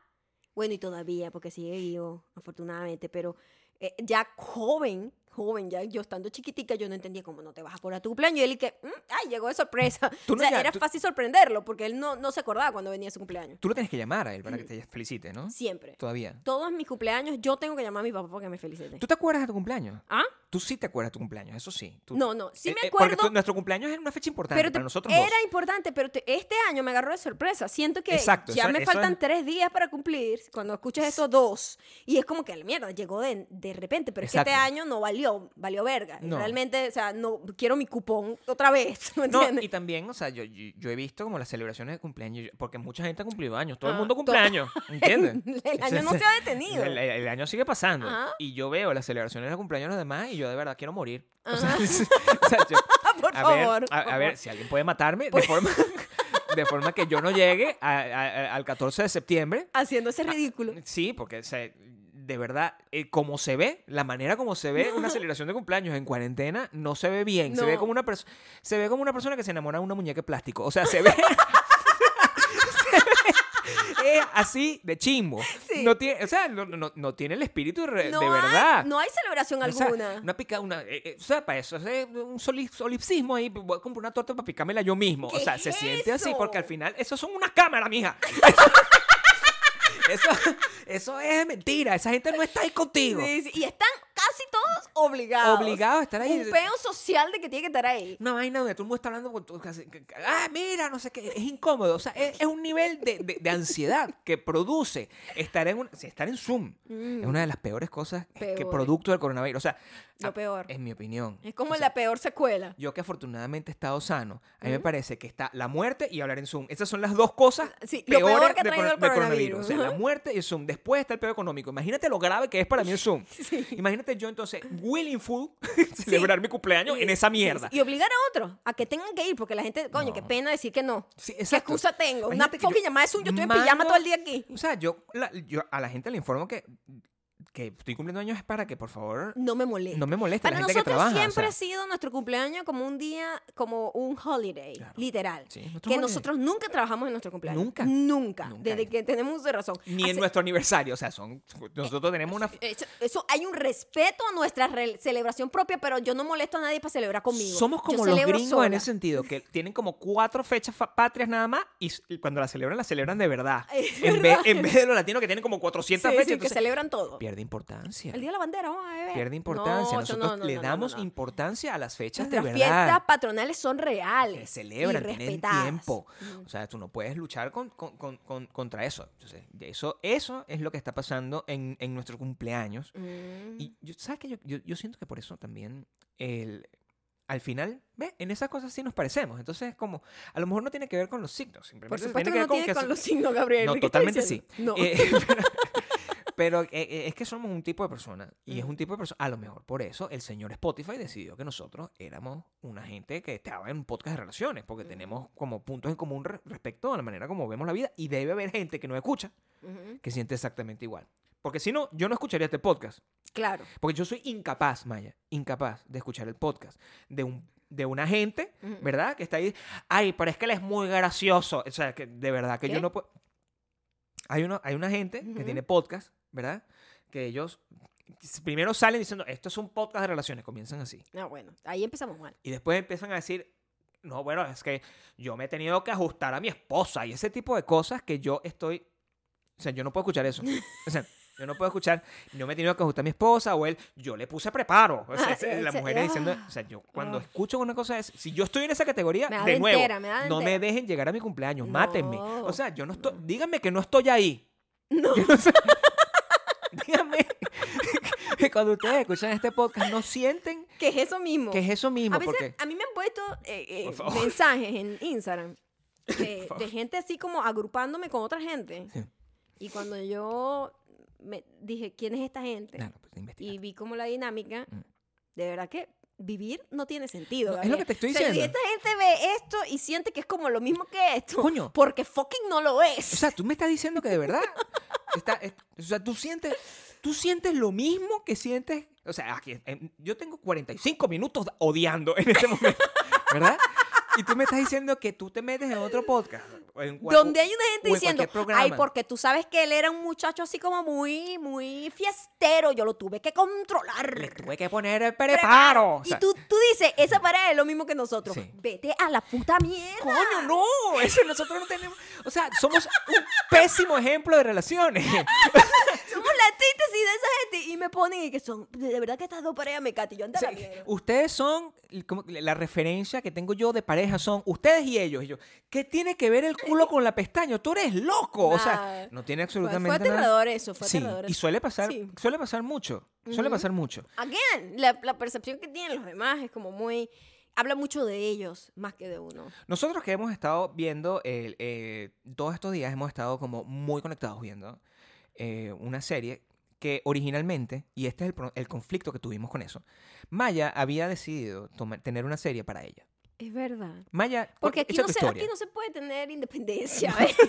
Bueno, y todavía, porque sigue vivo, afortunadamente, pero eh, ya joven, joven, ya yo estando chiquitica, yo no entendía cómo no te vas a acordar tu cumpleaños. Y él y que, "Mm, ay, llegó de sorpresa.
Tú
o
no
sea,
ya-
era
tú-
fácil sorprenderlo, porque él no, no se acordaba cuando venía su cumpleaños.
Tú lo tienes que llamar a él
Mm.
para que te felicite, ¿no?
Siempre.
Todavía.
Todos mis cumpleaños yo tengo que llamar a mi papá para que me felicite.
¿Tú te acuerdas de tu cumpleaños?
¿Ah?
Tú sí te acuerdas de tu cumpleaños, eso sí. Tú-
No, no, sí
Eh,
me
eh, porque
acuerdo.
tu- nuestro cumpleaños es una fecha importante
te-
para nosotros
era
dos.
importante, pero te- este año me agarró de sorpresa. Siento que
Exacto,
ya
eso-
me
eso
faltan
es-
tres días para cumplir. Cuando escuchas esos dos, y es como que la mierda llegó de, de repente, pero es que este
Exacto.
año no valió, valió verga.
No.
Realmente, o sea, no quiero mi cupón otra vez. ¿me
No,
entiendes?
y también, o sea, yo, yo, yo he visto como las celebraciones de cumpleaños, yo- porque mucha gente ha cumplido años, todo
Ah,
el mundo
todo-
cumple años, ¿entiendes?
El año no se ha detenido.
El, el- el año sigue pasando.
Ajá.
Y yo veo las celebraciones de cumpleaños de los demás y yo de verdad quiero morir. O sea,
Ajá.
o sea, yo-
por
a
favor.
ver, a, a
por
ver, si alguien puede matarme de forma, de forma que yo no llegue a- a- a- al 14 de septiembre.
favor. Haciendo
Ah,
ese ridículo.
Sí, porque o sea, de verdad, eh, como se ve, la manera como se ve una celebración de cumpleaños en cuarentena, no se ve bien. Se ve
No.
como una persona, se ve como una persona que se enamora de una muñeca de plástico. O sea, se ve. se ve- es así de chimbo.
Sí.
No tiene, o sea, no, no- no tiene el espíritu re-
no
de
hay-
verdad.
no hay celebración
O sea,
alguna.
una pica, una, eh, eh, o sea, para eso, es un soli- solipsismo ahí, voy a comprar una torta para picármela yo mismo. O
¿Qué
sea,
es
se siente así
eso?
porque al final, eso son unas cámaras, mija. eso, eso es mentira, esa gente no está ahí contigo.
Sí, sí, Y están casi todos obligados.
Obligados a estar ahí.
Un peo social de que tiene que estar ahí.
Una vaina donde todo el mundo está hablando con tu- casi- que- que- Ah, mira, no sé qué. Es incómodo. O sea, es, es un nivel de, de- de ansiedad que produce estar en, un, estar en Zoom. Es una de las peores cosas que
Mm. Peor.
producto del coronavirus. O sea,
Lo
a-
peor.
En mi opinión.
Es como
O sea,
la peor secuela.
Yo que afortunadamente he estado sano, a mí me parece que está la muerte y hablar en Zoom. Esas son las dos cosas
Sí, lo
peores
peor que ha
de
traído
coro-
el
del
coronavirus.
O sea, la
Ujú.
muerte y el Zoom. Después está el peor económico. Imagínate lo grave que es para mí el Zoom.
Sí.
Imagínate yo entonces, willing full, celebrar mi cumpleaños en esa mierda.
Y obligar a otros a que tengan que ir, porque la gente, coño,
No.
qué pena decir que no.
Sí,
¿Qué
exacto.
excusa tengo? Una
Imagínate que yo
fucking llamada de Zoom, yo estoy en pijama
mando-
todo el día aquí.
O sea, yo, la- yo a la gente le informo que que estoy cumpliendo años es para que, por favor,
No me molesta.
no me moleste
Para
la gente
nosotros
que trabaja. o
siempre
sea,
ha sido nuestro cumpleaños como un día, como un holiday,
Claro.
literal.
sí, nosotros
Que
jóvenes,
nosotros nunca tramos en nuestro cumpleaños.
Nunca.
Nunca.
Nunca.
Desde que tenemos uso de razón.
Ni en
Hace- Eh,
nuestro aniversario, o sea, son nosotros tenemos una...
Eso, eso- hay un respeto a nuestra re- celebración propia, pero yo no molesto a nadie para celebrar conmigo.
Somos
Yo
como los
celebro
gringos en
sola.
ese sentido, que tienen como cuatro fechas fa- patrias nada más y s- y cuando la celebran, la celebran de verdad.
Es
En,
verdad.
Vez, en vez de los latinos que tienen como 400
Sí,
fechas,
sí, que
entonces
celebran todo.
pierde importancia.
El día de la bandera, vamos a beber.
Pierde
No,
importancia.
eso
Nosotros
no, no,
le
no, no,
damos
no, no.
importancia a las fechas
Nuestras
de
fiestas
verdad.
patronales son reales.
Que celebran,
y
tienen
respetadas.
tiempo.
Mm.
O sea, tú no puedes luchar con- con- con- con- contra eso. Entonces, eso, eso es lo que está pasando en, en nuestro cumpleaños.
Mm.
Y yo, ¿sabes qué? Yo, yo, yo siento que por eso también el, al final, ¿ves? En esas cosas sí nos parecemos. Entonces es como, a lo mejor no tiene que ver con los signos.
Por
simplemente
supuesto que no tiene
ver
con,
so-
los signos, Gabriel.
No,
¿qué estás
totalmente
diciendo? No.
Eh, pero pero, eh, eh, es que somos un tipo de persona. Y es
Ujú.
un tipo de persona. A lo mejor por eso el señor Spotify decidió que nosotros éramos una gente que estaba en un podcast de relaciones. Porque
Ujú.
tenemos como puntos en común re- respecto a la manera como vemos la vida. Y debe haber gente que nos escucha
Ujú,
que siente exactamente igual. Porque si no, yo no escucharía este podcast.
Claro.
Porque yo soy incapaz, Maya, incapaz de escuchar el podcast de, un, de una gente,
Ujú.
¿verdad? Que está ahí, ay, pero es que él es muy gracioso. O sea, que de verdad que
¿Qué?
yo no puedo... Hay, uno, hay una gente que
Ujú.
tiene podcast, ¿verdad? Que ellos primero salen diciendo, esto es un podcast de relaciones, comienzan así.
Ah, bueno, ahí empezamos mal.
Y después empiezan a decir, no, bueno, es que yo me he tenido que ajustar a mi esposa y ese tipo de cosas que yo estoy... O sea, yo no puedo escuchar eso. O sea, yo no puedo escuchar, no me he tenido que ajustar a mi esposa o él, yo le puse preparo. O sea,
Ah,
es- es- la
ese-
mujer diciendo,
ah,
o sea, yo cuando
ah.
escucho una cosa es, si yo estoy en esa categoría,
Me da
de nuevo,
dentera, me da
no me
dentera.
dejen llegar a mi cumpleaños, mátenme.
No,
O sea, yo no estoy, díganme que no estoy ahí.
No.
O sea, díganme que cuando ustedes escuchan este podcast no sienten
Que es eso mismo.
que es eso mismo.
a veces
porque...
a mí me han puesto eh, eh,
Por favor.
mensajes en Instagram de,
favor.
de gente así como agrupándome con otra gente.
Sí.
Y cuando yo me dije, ¿quién es esta gente?
Claro, pues, investigar.
Y vi como la dinámica,
Mm.
de verdad que vivir no tiene sentido.
No, es lo
Gabriel.
que te estoy
O sea,
diciendo.
Si esta gente ve esto y siente que es como lo mismo que esto,
Coño.
porque fucking no lo es.
O sea, tú me estás diciendo que de verdad. está- es- o sea, tú sientes, tú sientes lo mismo que sientes. O sea, aquí, em, yo tengo 45 minutos odiando en este momento, ¿verdad? Y tú me estás diciendo que tú te metes en otro podcast. o en cua-
Donde hay una gente
o en
diciendo,
cualquier programa.
ay, porque tú sabes que él era un muchacho así como muy, muy fiestero, yo lo tuve que controlar.
Le tuve que poner el preparo. O sea,
y tú, tú dices, esa pareja es lo mismo que nosotros.
Sí.
Vete a la puta mierda.
Coño, no, eso nosotros no tenemos. O sea, somos un pésimo ejemplo de relaciones.
Somos la antítesis de esa gente. Y me ponen y que son, de verdad que estas dos parejas me cati. Yo anda
sea,
la mierda.
ustedes son, como que la referencia que tengo yo de pareja son ustedes y ellos. Y yo, ¿qué tiene que ver el culo con la pestaña? Tú eres loco. O sea,
Nada.
no tiene
Fue,
absolutamente
fue
nada.
aterrador eso, fue
Sí,
aterrador
y
eso.
suele pasar,
Sí.
suele pasar mucho. Suele
Ujú.
pasar mucho.
Again, la, la percepción que tienen los demás es como muy, habla mucho de ellos más que de uno.
Nosotros que hemos estado viendo, el, eh, todos estos días hemos estado como muy conectados viendo eh, una serie que originalmente, y este es el, pro- el conflicto que tuvimos con eso, Maya había decidido toma- tener una serie para ella.
Es verdad.
Maya,
Porque
cu-
aquí
echa
no,
tu
se,
historia.
aquí no se puede tener independencia. ¿ves? es,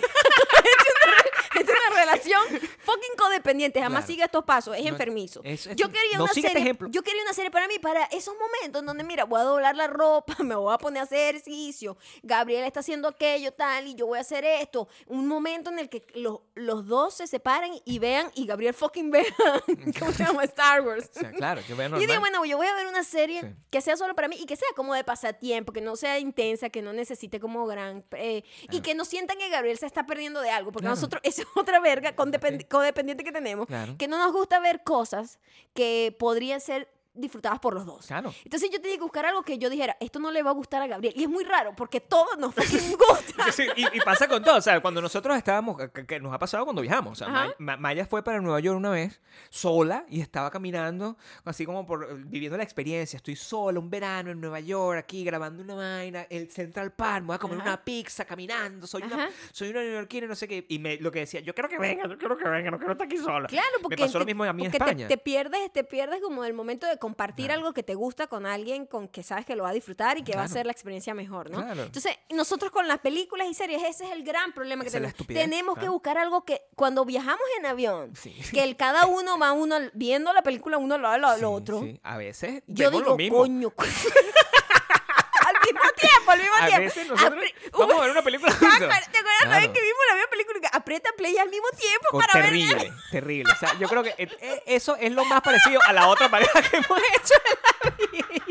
una, re- es una relación fucking codependiente. Jamás
Claro.
sigue estos pasos. Es
No,
enfermizo.
es- es-
yo quería
no
una
sigue este
serie.
ejemplo.
Yo quería una serie para mí, para esos momentos en donde, mira, voy a doblar la ropa, me voy a poner a hacer ejercicio. Gabriel está haciendo aquello, tal, y yo voy a hacer esto. Un momento en el que los, los dos se separan y vean, y Gabriel fucking vea. ¿Cómo se llama? Star Wars.
O sea, claro, yo
Y
veo
yo
normal.
digo, bueno, yo voy a ver una serie
Sí.
que sea solo para mí y que sea como de pasatiempo, que no sea intensa, que no necesite como gran... eh, Y
Claro.
que no sientan que Gabriel se está perdiendo de algo, porque
Ah. Claro.
nosotros, esa es otra verga con
Sí.
dependi- codependiente que tenemos,
Claro.
que no nos gusta ver cosas que podrían ser disfrutadas por los dos.
Claro.
Entonces yo tenía que buscar algo que yo dijera, esto no le va a gustar a Gabriel. Y es muy raro, porque todo nos gusta.
Sí, sí, y, y pasa con todo. O sea, cuando nosotros estábamos, que, que nos ha pasado cuando viajamos. O sea,
Ajá.
May- Ma- Maya fue para Nueva York una vez, sola, y estaba caminando, así como por, viviendo la experiencia. Estoy sola, un verano en Nueva York, aquí grabando una vaina, el Central Park, me voy a comer
Ajá.
una pizza caminando, soy una,
Ajá.
soy una neoyorquina, y no sé qué. Y me, lo que decía, yo quiero que venga, yo quiero que venga, no quiero estar aquí sola.
Claro, porque,
me pasó lo
te-
mismo a mí en
porque te-
España.
Te, pierdes, te pierdes como el momento de compartir
Claro.
algo que te gusta con alguien con que sabes que lo va a disfrutar y que va a
Claro.
ser la experiencia mejor, ¿no?
Claro.
Entonces, nosotros con las películas y series, ese es el gran problema que
Esa es la
tenemos.
estupidez,
Tenemos que
claro.
buscar algo que cuando viajamos en avión,
Sí.
que el cada uno va uno al- viendo la película uno lo lo,
Sí,
lo otro.
sí. A veces
Yo
vemos
digo,
lo mismo.
coño. cu- al mismo tiempo, al mismo
A
tiempo.
veces nosotros
Apre-
vamos a ver una película
¿Te acuerdas
juntos.
te acuerdas la vez
Claro.
que vimos la misma película? Que aprieta play al mismo tiempo
Co-
para ver.
terrible, terrible. O sea, yo creo que et- e- eso es lo más parecido a la otra pareja que hemos hecho.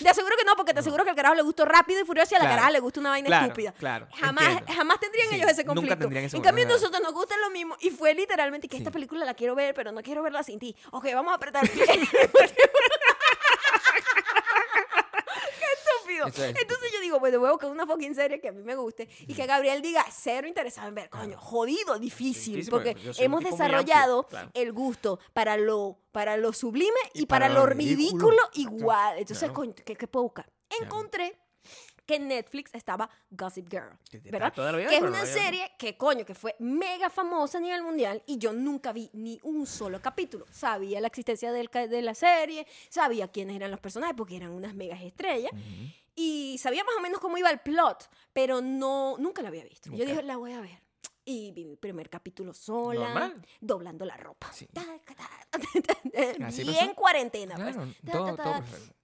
Te aseguro que no, porque te aseguro que al carajo le gustó rápido y furioso y a la
Claro.
caraja le gusta una vaina
Claro,
estúpida.
claro,
Jamás,
entiendo.
jamás tendrían
Sí,
ellos ese
nunca
conflicto.
tendrían ese
en cambio,
conflicto,
nosotros nos gusta lo mismo. Y fue literalmente que esta
Sí.
película la quiero ver, pero no quiero verla sin ti. Ok, vamos a apretar. Qué estúpido.
Eso es.
Entonces yo digo, bueno, voy a buscar una fucking serie que a mí me guste y que Gabriel diga cero interesado en ver. Coño, jodido, difícil.
Difícil,
porque
porque yo soy un
hemos
tipo muy amplio,
desarrollado
claro.
el gusto para lo, para lo sublime y, para, lo ridículo, igual. Entonces,
Claro.
coño, ¿qué, qué puedo buscar?
Claro.
Encontré que en Netflix estaba Gossip Girl,
Que está
¿verdad?
toda la vida,
que es
pero no
una
había-
serie que, coño, que fue mega famosa a nivel mundial y yo nunca vi ni un solo capítulo. Sabía la existencia del ca- de la serie, sabía quiénes eran los personajes porque eran unas megas estrellas y sabía más o menos cómo iba el plot, pero no, nunca la había visto. Yo
Nunca.
dije, la voy a ver. Y vi mi primer capítulo sola,
Normal.
doblando la ropa.
Sí.
Ta, ta, ta, ta,
Así
Bien
pasó.
cuarentena. pues.
Claro,
Ta,
todo,
ta,
todo
ta.
perfecto.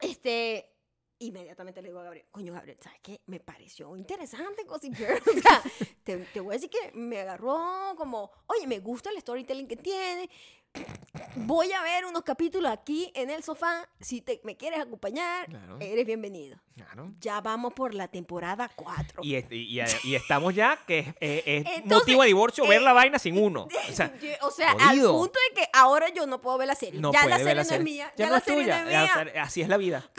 Este, inmediatamente le digo a Gabriel, coño Gabriel, ¿sabes qué? Me pareció interesante Gossip Girl. O sea, te, te voy a decir que me agarró como, oye, me gusta el storytelling que tiene. Voy a ver unos capítulos aquí en el sofá. Si te, me quieres acompañar,
Claro.
eres bienvenido.
Claro.
Ya vamos por la temporada 4.
Y, este- y- y- y estamos ya que es, es- es
Entonces,
motivo de divorcio ver
eh,
la vaina sin uno. O sea,
o sea, al
jodido.
punto de que ahora yo no puedo ver la serie.
no
ya la
puede
serie no
ver la
es
serie.
mía.
Ya,
Ya,
no
la
es
serie
tuya.
no
Ya,
es mía.
o sea, así es la vida.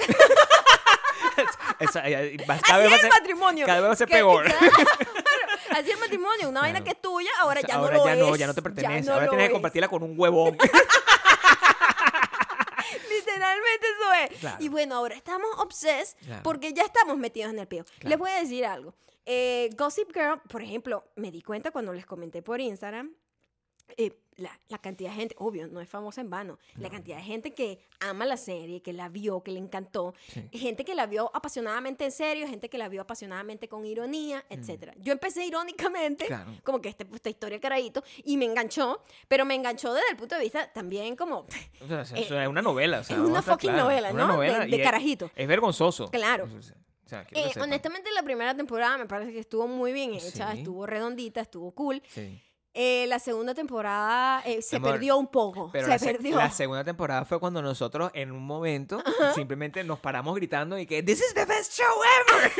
Esa- eh, va-
Así
cada vez va a
es el
ser-
matrimonio.
Cada vez va a ser
Que-
peor.
claro, así es el matrimonio. Una vaina
Claro.
que es tuya, ahora
O sea,
ya
ahora
no lo
ya
es.
no, ya no te pertenece.
no
ahora
lo
tienes
es.
que compartirla con un huevón.
Literalmente eso es.
Claro.
Y bueno, ahora estamos obses
Claro.
porque ya estamos metidos en el peo.
Claro.
Les voy a decir algo. Eh, Gossip Girl, por ejemplo, me di cuenta cuando les comenté por Instagram. eh, la, la cantidad de gente, obvio, no es famosa en vano. La cantidad de gente que ama la serie, que la vio, que le encantó.
Sí.
Gente que la vio apasionadamente en serio, gente que la vio apasionadamente con ironía, etcétera Yo empecé irónicamente,
Mm. Claro.
como que este- esta historia carajito, y me enganchó, pero me enganchó desde el punto de vista también como
O sea, eso
Eh,
es una novela. o sea,
es una
vamos a estar
fucking
claros.
novela,
Es una
¿no? De-
novela
de
y es-
carajito.
Es vergonzoso.
Claro.
O sea, quiero que
Eh,
sepan.
honestamente, la primera temporada me parece que estuvo muy bien hecha,
Sí.
estuvo redondita, estuvo cool.
Sí.
Eh, la segunda temporada eh, se
Amor,
perdió un poco.
Pero
se
la, se-
perdió.
la segunda temporada fue cuando nosotros en un momento simplemente nos paramos gritando y que This is the best show ever.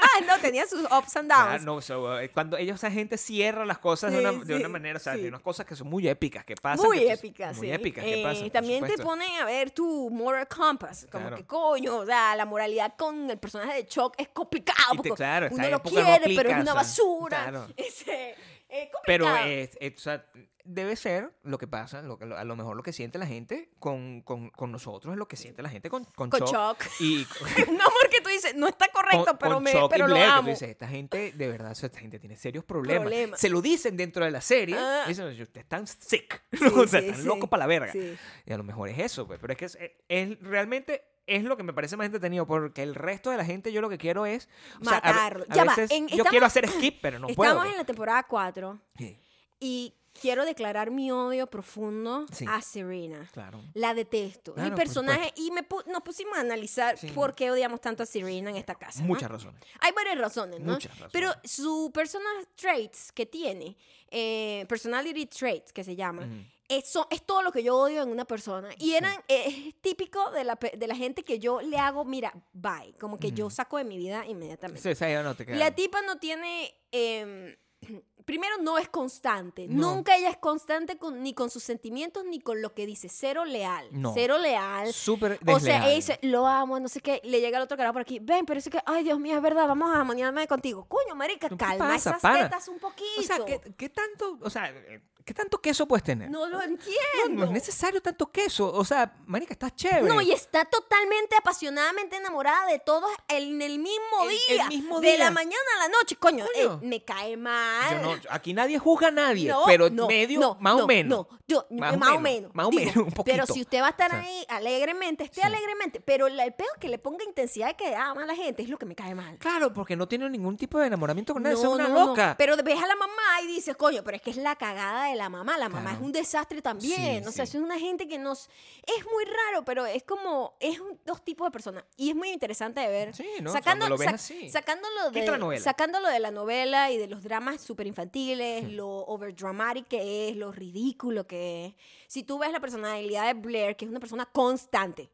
Ah, no, tenía sus ups and
Ah,
downs.
no, so, eh, cuando ellos, esa gente cierra las cosas de,
Sí,
una, de
sí,
una manera, o sea,
sí.
de unas cosas que son muy épicas, que pasan.
muy
que tú-
épicas.
Muy
sí.
épicas, que
Eh,
pasan. por
También te
supuesto.
ponen a ver tu moral compass. Como
Claro.
que coño, o sea, la moralidad con el personaje de Chuck es complicado.
Y te-
porque
claro, está
uno
bien,
lo
porque no
quiere, pero es
aplica,
una
o sea,
basura.
claro.
Es, eh, eh,
Pero
complicado.
es- es- o sea, debe ser lo que pasa, lo que, lo- a lo mejor lo que siente la gente con, con, con nosotros es lo que siente la gente con, con,
Con
Chuck
Chuck.
Y
no, porque tú dices, no está correcto,
con-
pero,
con
me,
Chuck y
pero lo
Blair, que tú
amo.
dices, esta gente, de verdad, o sea, esta gente tiene serios problemas.
Problemas.
Se lo dicen dentro de la serie.
Ah.
Dicen, "Oye, ustedes están sick.
Sí,
o sea,
sí,
están
sí.
locos para la verga.
Sí.
Y a lo mejor es eso, pues. Pero es que es, es- realmente es lo que me parece más entretenido. Porque el resto de la gente, yo lo que quiero es. o sea, a-
Matarlo.
a
Ya va,
veces
en-
yo
estamos-
quiero hacer skip, pero no
Estamos
puedo.
en la temporada 4
Sí,
y quiero declarar mi odio profundo
Sí.
a Serena.
claro.
La detesto. mi
Claro, por
personaje. Y me pu- nos pusimos a analizar
Sí.
por qué odiamos tanto a Serena en esta casa. ¿no?
Muchas razones.
Hay varias razones, ¿no?
Muchas razones.
Pero su personal traits que tiene, eh, personality traits que se llama,
Ujú.
eso es todo lo que yo odio en una persona. Y eran, eh, es típico de la, pe- de la gente que yo le hago, mira, bye. Como que yo saco de mi vida inmediatamente.
Sí, o sea, ya no te queda.
La tipa no tiene. em, primero, no es constante.
No.
Nunca ella es constante con- ni con sus sentimientos ni con lo que dice. Cero leal.
No.
Cero leal.
Súper
O sea,
desleal.
ella dice, lo amo, no sé qué. Le llega el otro carajo por aquí. Ven, pero es que, ay, Dios mío, es verdad, vamos a amoniarme contigo. Coño, marica,
¿Qué
calma
pasa,
esas
pana?
tetas un poquito.
O sea, ¿qué, qué tanto, o sea, eh, ¿qué tanto queso puedes tener?
No lo entiendo.
No, no es necesario tanto queso. O sea, marica, estás chévere.
No, y está totalmente apasionadamente enamorada de todos en el mismo
El- el
día.
mismo
De la
día.
mañana a la noche. Coño,
Coño.
eh, me cae mal.
Yo no no, aquí nadie juzga a nadie,
No,
pero
no,
medio,
no,
más
no,
o menos.
no, yo-
Más o
más o
menos,
menos.
más o
digo,
menos, un poquito.
Pero si usted va a estar
O sea,
ahí alegremente, esté
sí.
alegremente. Pero la- el peor es que le ponga intensidad que ama a la gente es lo que me cae mal.
Claro, porque no tiene ningún tipo de enamoramiento con nadie, esa es
No,
una
no, no.
loca.
Pero ves a la mamá y dices, coño, pero es que es la cagada de la mamá. La mamá
Claro.
es un desastre también.
Sí,
o sea,
sí.
es una gente que nos. Es muy raro, pero es como. Es un- dos tipos de personas. Y es muy interesante de ver.
Sí, ¿no?
Sacando-
Cuando lo ves
sac-
así.
Sacándolo
Quita la
de,
novela.
sacándolo de la novela y de los dramas súper infantiles,
Hmm.
lo overdramatic que es, lo ridículo que es. Si tú ves la personalidad de Blair, que es una persona constante.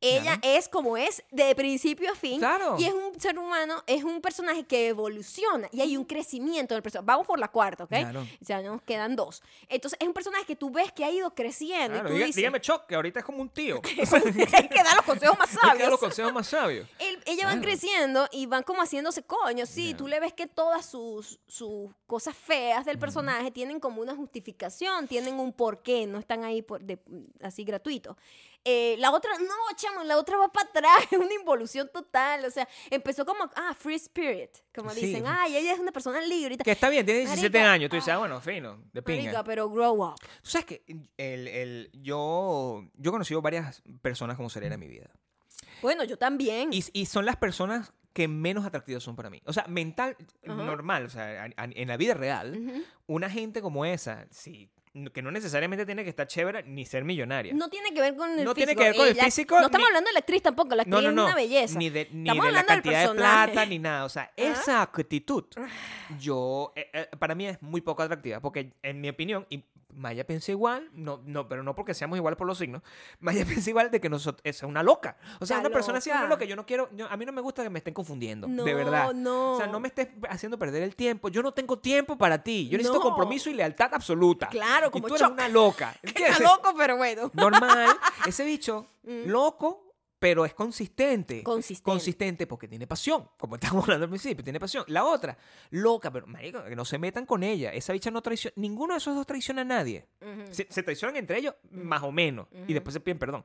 Ella es como es de principio a fin.
Claro.
Y es un ser humano, es un personaje que evoluciona y hay un crecimiento del personaje. Vamos por la cuarta, ¿ok?
Claro.
Ya nos quedan dos. Entonces, es un personaje que tú ves que ha ido creciendo. y
Claro,
tú
diga-
dices,
dígame Choc, que ahorita es como un tío.
hay que dar los consejos más
Hay que dar
sabios.
los consejos más sabios.
El- ellas van
Claro.
creciendo y van como haciéndose coño. Sí,
Ya.
tú le ves que todas sus, sus cosas feas del personaje tienen como una justificación, tienen un porqué, no están ahí por, de- así gratuito. Eh, la otra, no, chamo, la otra va para atrás, es una involución total. O sea, empezó como, ah, free spirit, como
Sí.
dicen, ay, ella es una persona libre. y tal.
Que está bien, tiene 17
Marica,
años. Tú dices,
ah.
ah, bueno, fino, de pinga.
Marica, pero grow up.
Tú sabes que el, el- yo, yo he conocido varias personas como Selena en mi vida.
Bueno, yo también.
Y, y son las personas que menos atractivas son para mí. O sea, mental,
Ajá.
normal, o sea, a- a- en la vida real,
Ujú.
una gente como esa, sí, n- que no necesariamente tiene que estar chévere ni ser millonaria.
No tiene que ver con el físico.
No tiene que ver con el
ella-
físico,
No estamos
ni-
hablando de la actriz tampoco, la actriz
no, no, no.
es una belleza.
Ni de, ni
Estamos
de la
hablando del
cantidad de
personaje.
plata, ni nada. O sea, esa actitud, yo, eh, eh, para mí es muy poco atractiva. Porque, en mi opinión, y Maya piensa igual, no, no, pero no porque seamos iguales por los signos. Maya piensa igual de que nosotros, es una loca. O sea,
Está
una persona así es una
loca.
loca. Yo no quiero, yo- a mí no me gusta que me estén confundiendo,
No,
de verdad.
no.
O sea, no me estés haciendo perder el tiempo. Yo no tengo tiempo para ti. Yo necesito
No.
compromiso y lealtad absoluta.
Claro,
Y
como
tú eres
Chuck.
una loca. ¿entiendes?
Está loco, pero bueno.
normal. Ese bicho, loco, pero es consistente.
Consistente.
Consistente porque tiene pasión, como estábamos hablando al principio, tiene pasión. La otra, loca, pero marico, que no se metan con ella. Esa bicha no traiciona, ninguno de esos dos traiciona a nadie.
Mm.
se, se traicionan entre ellos, más o menos, y después se piden perdón.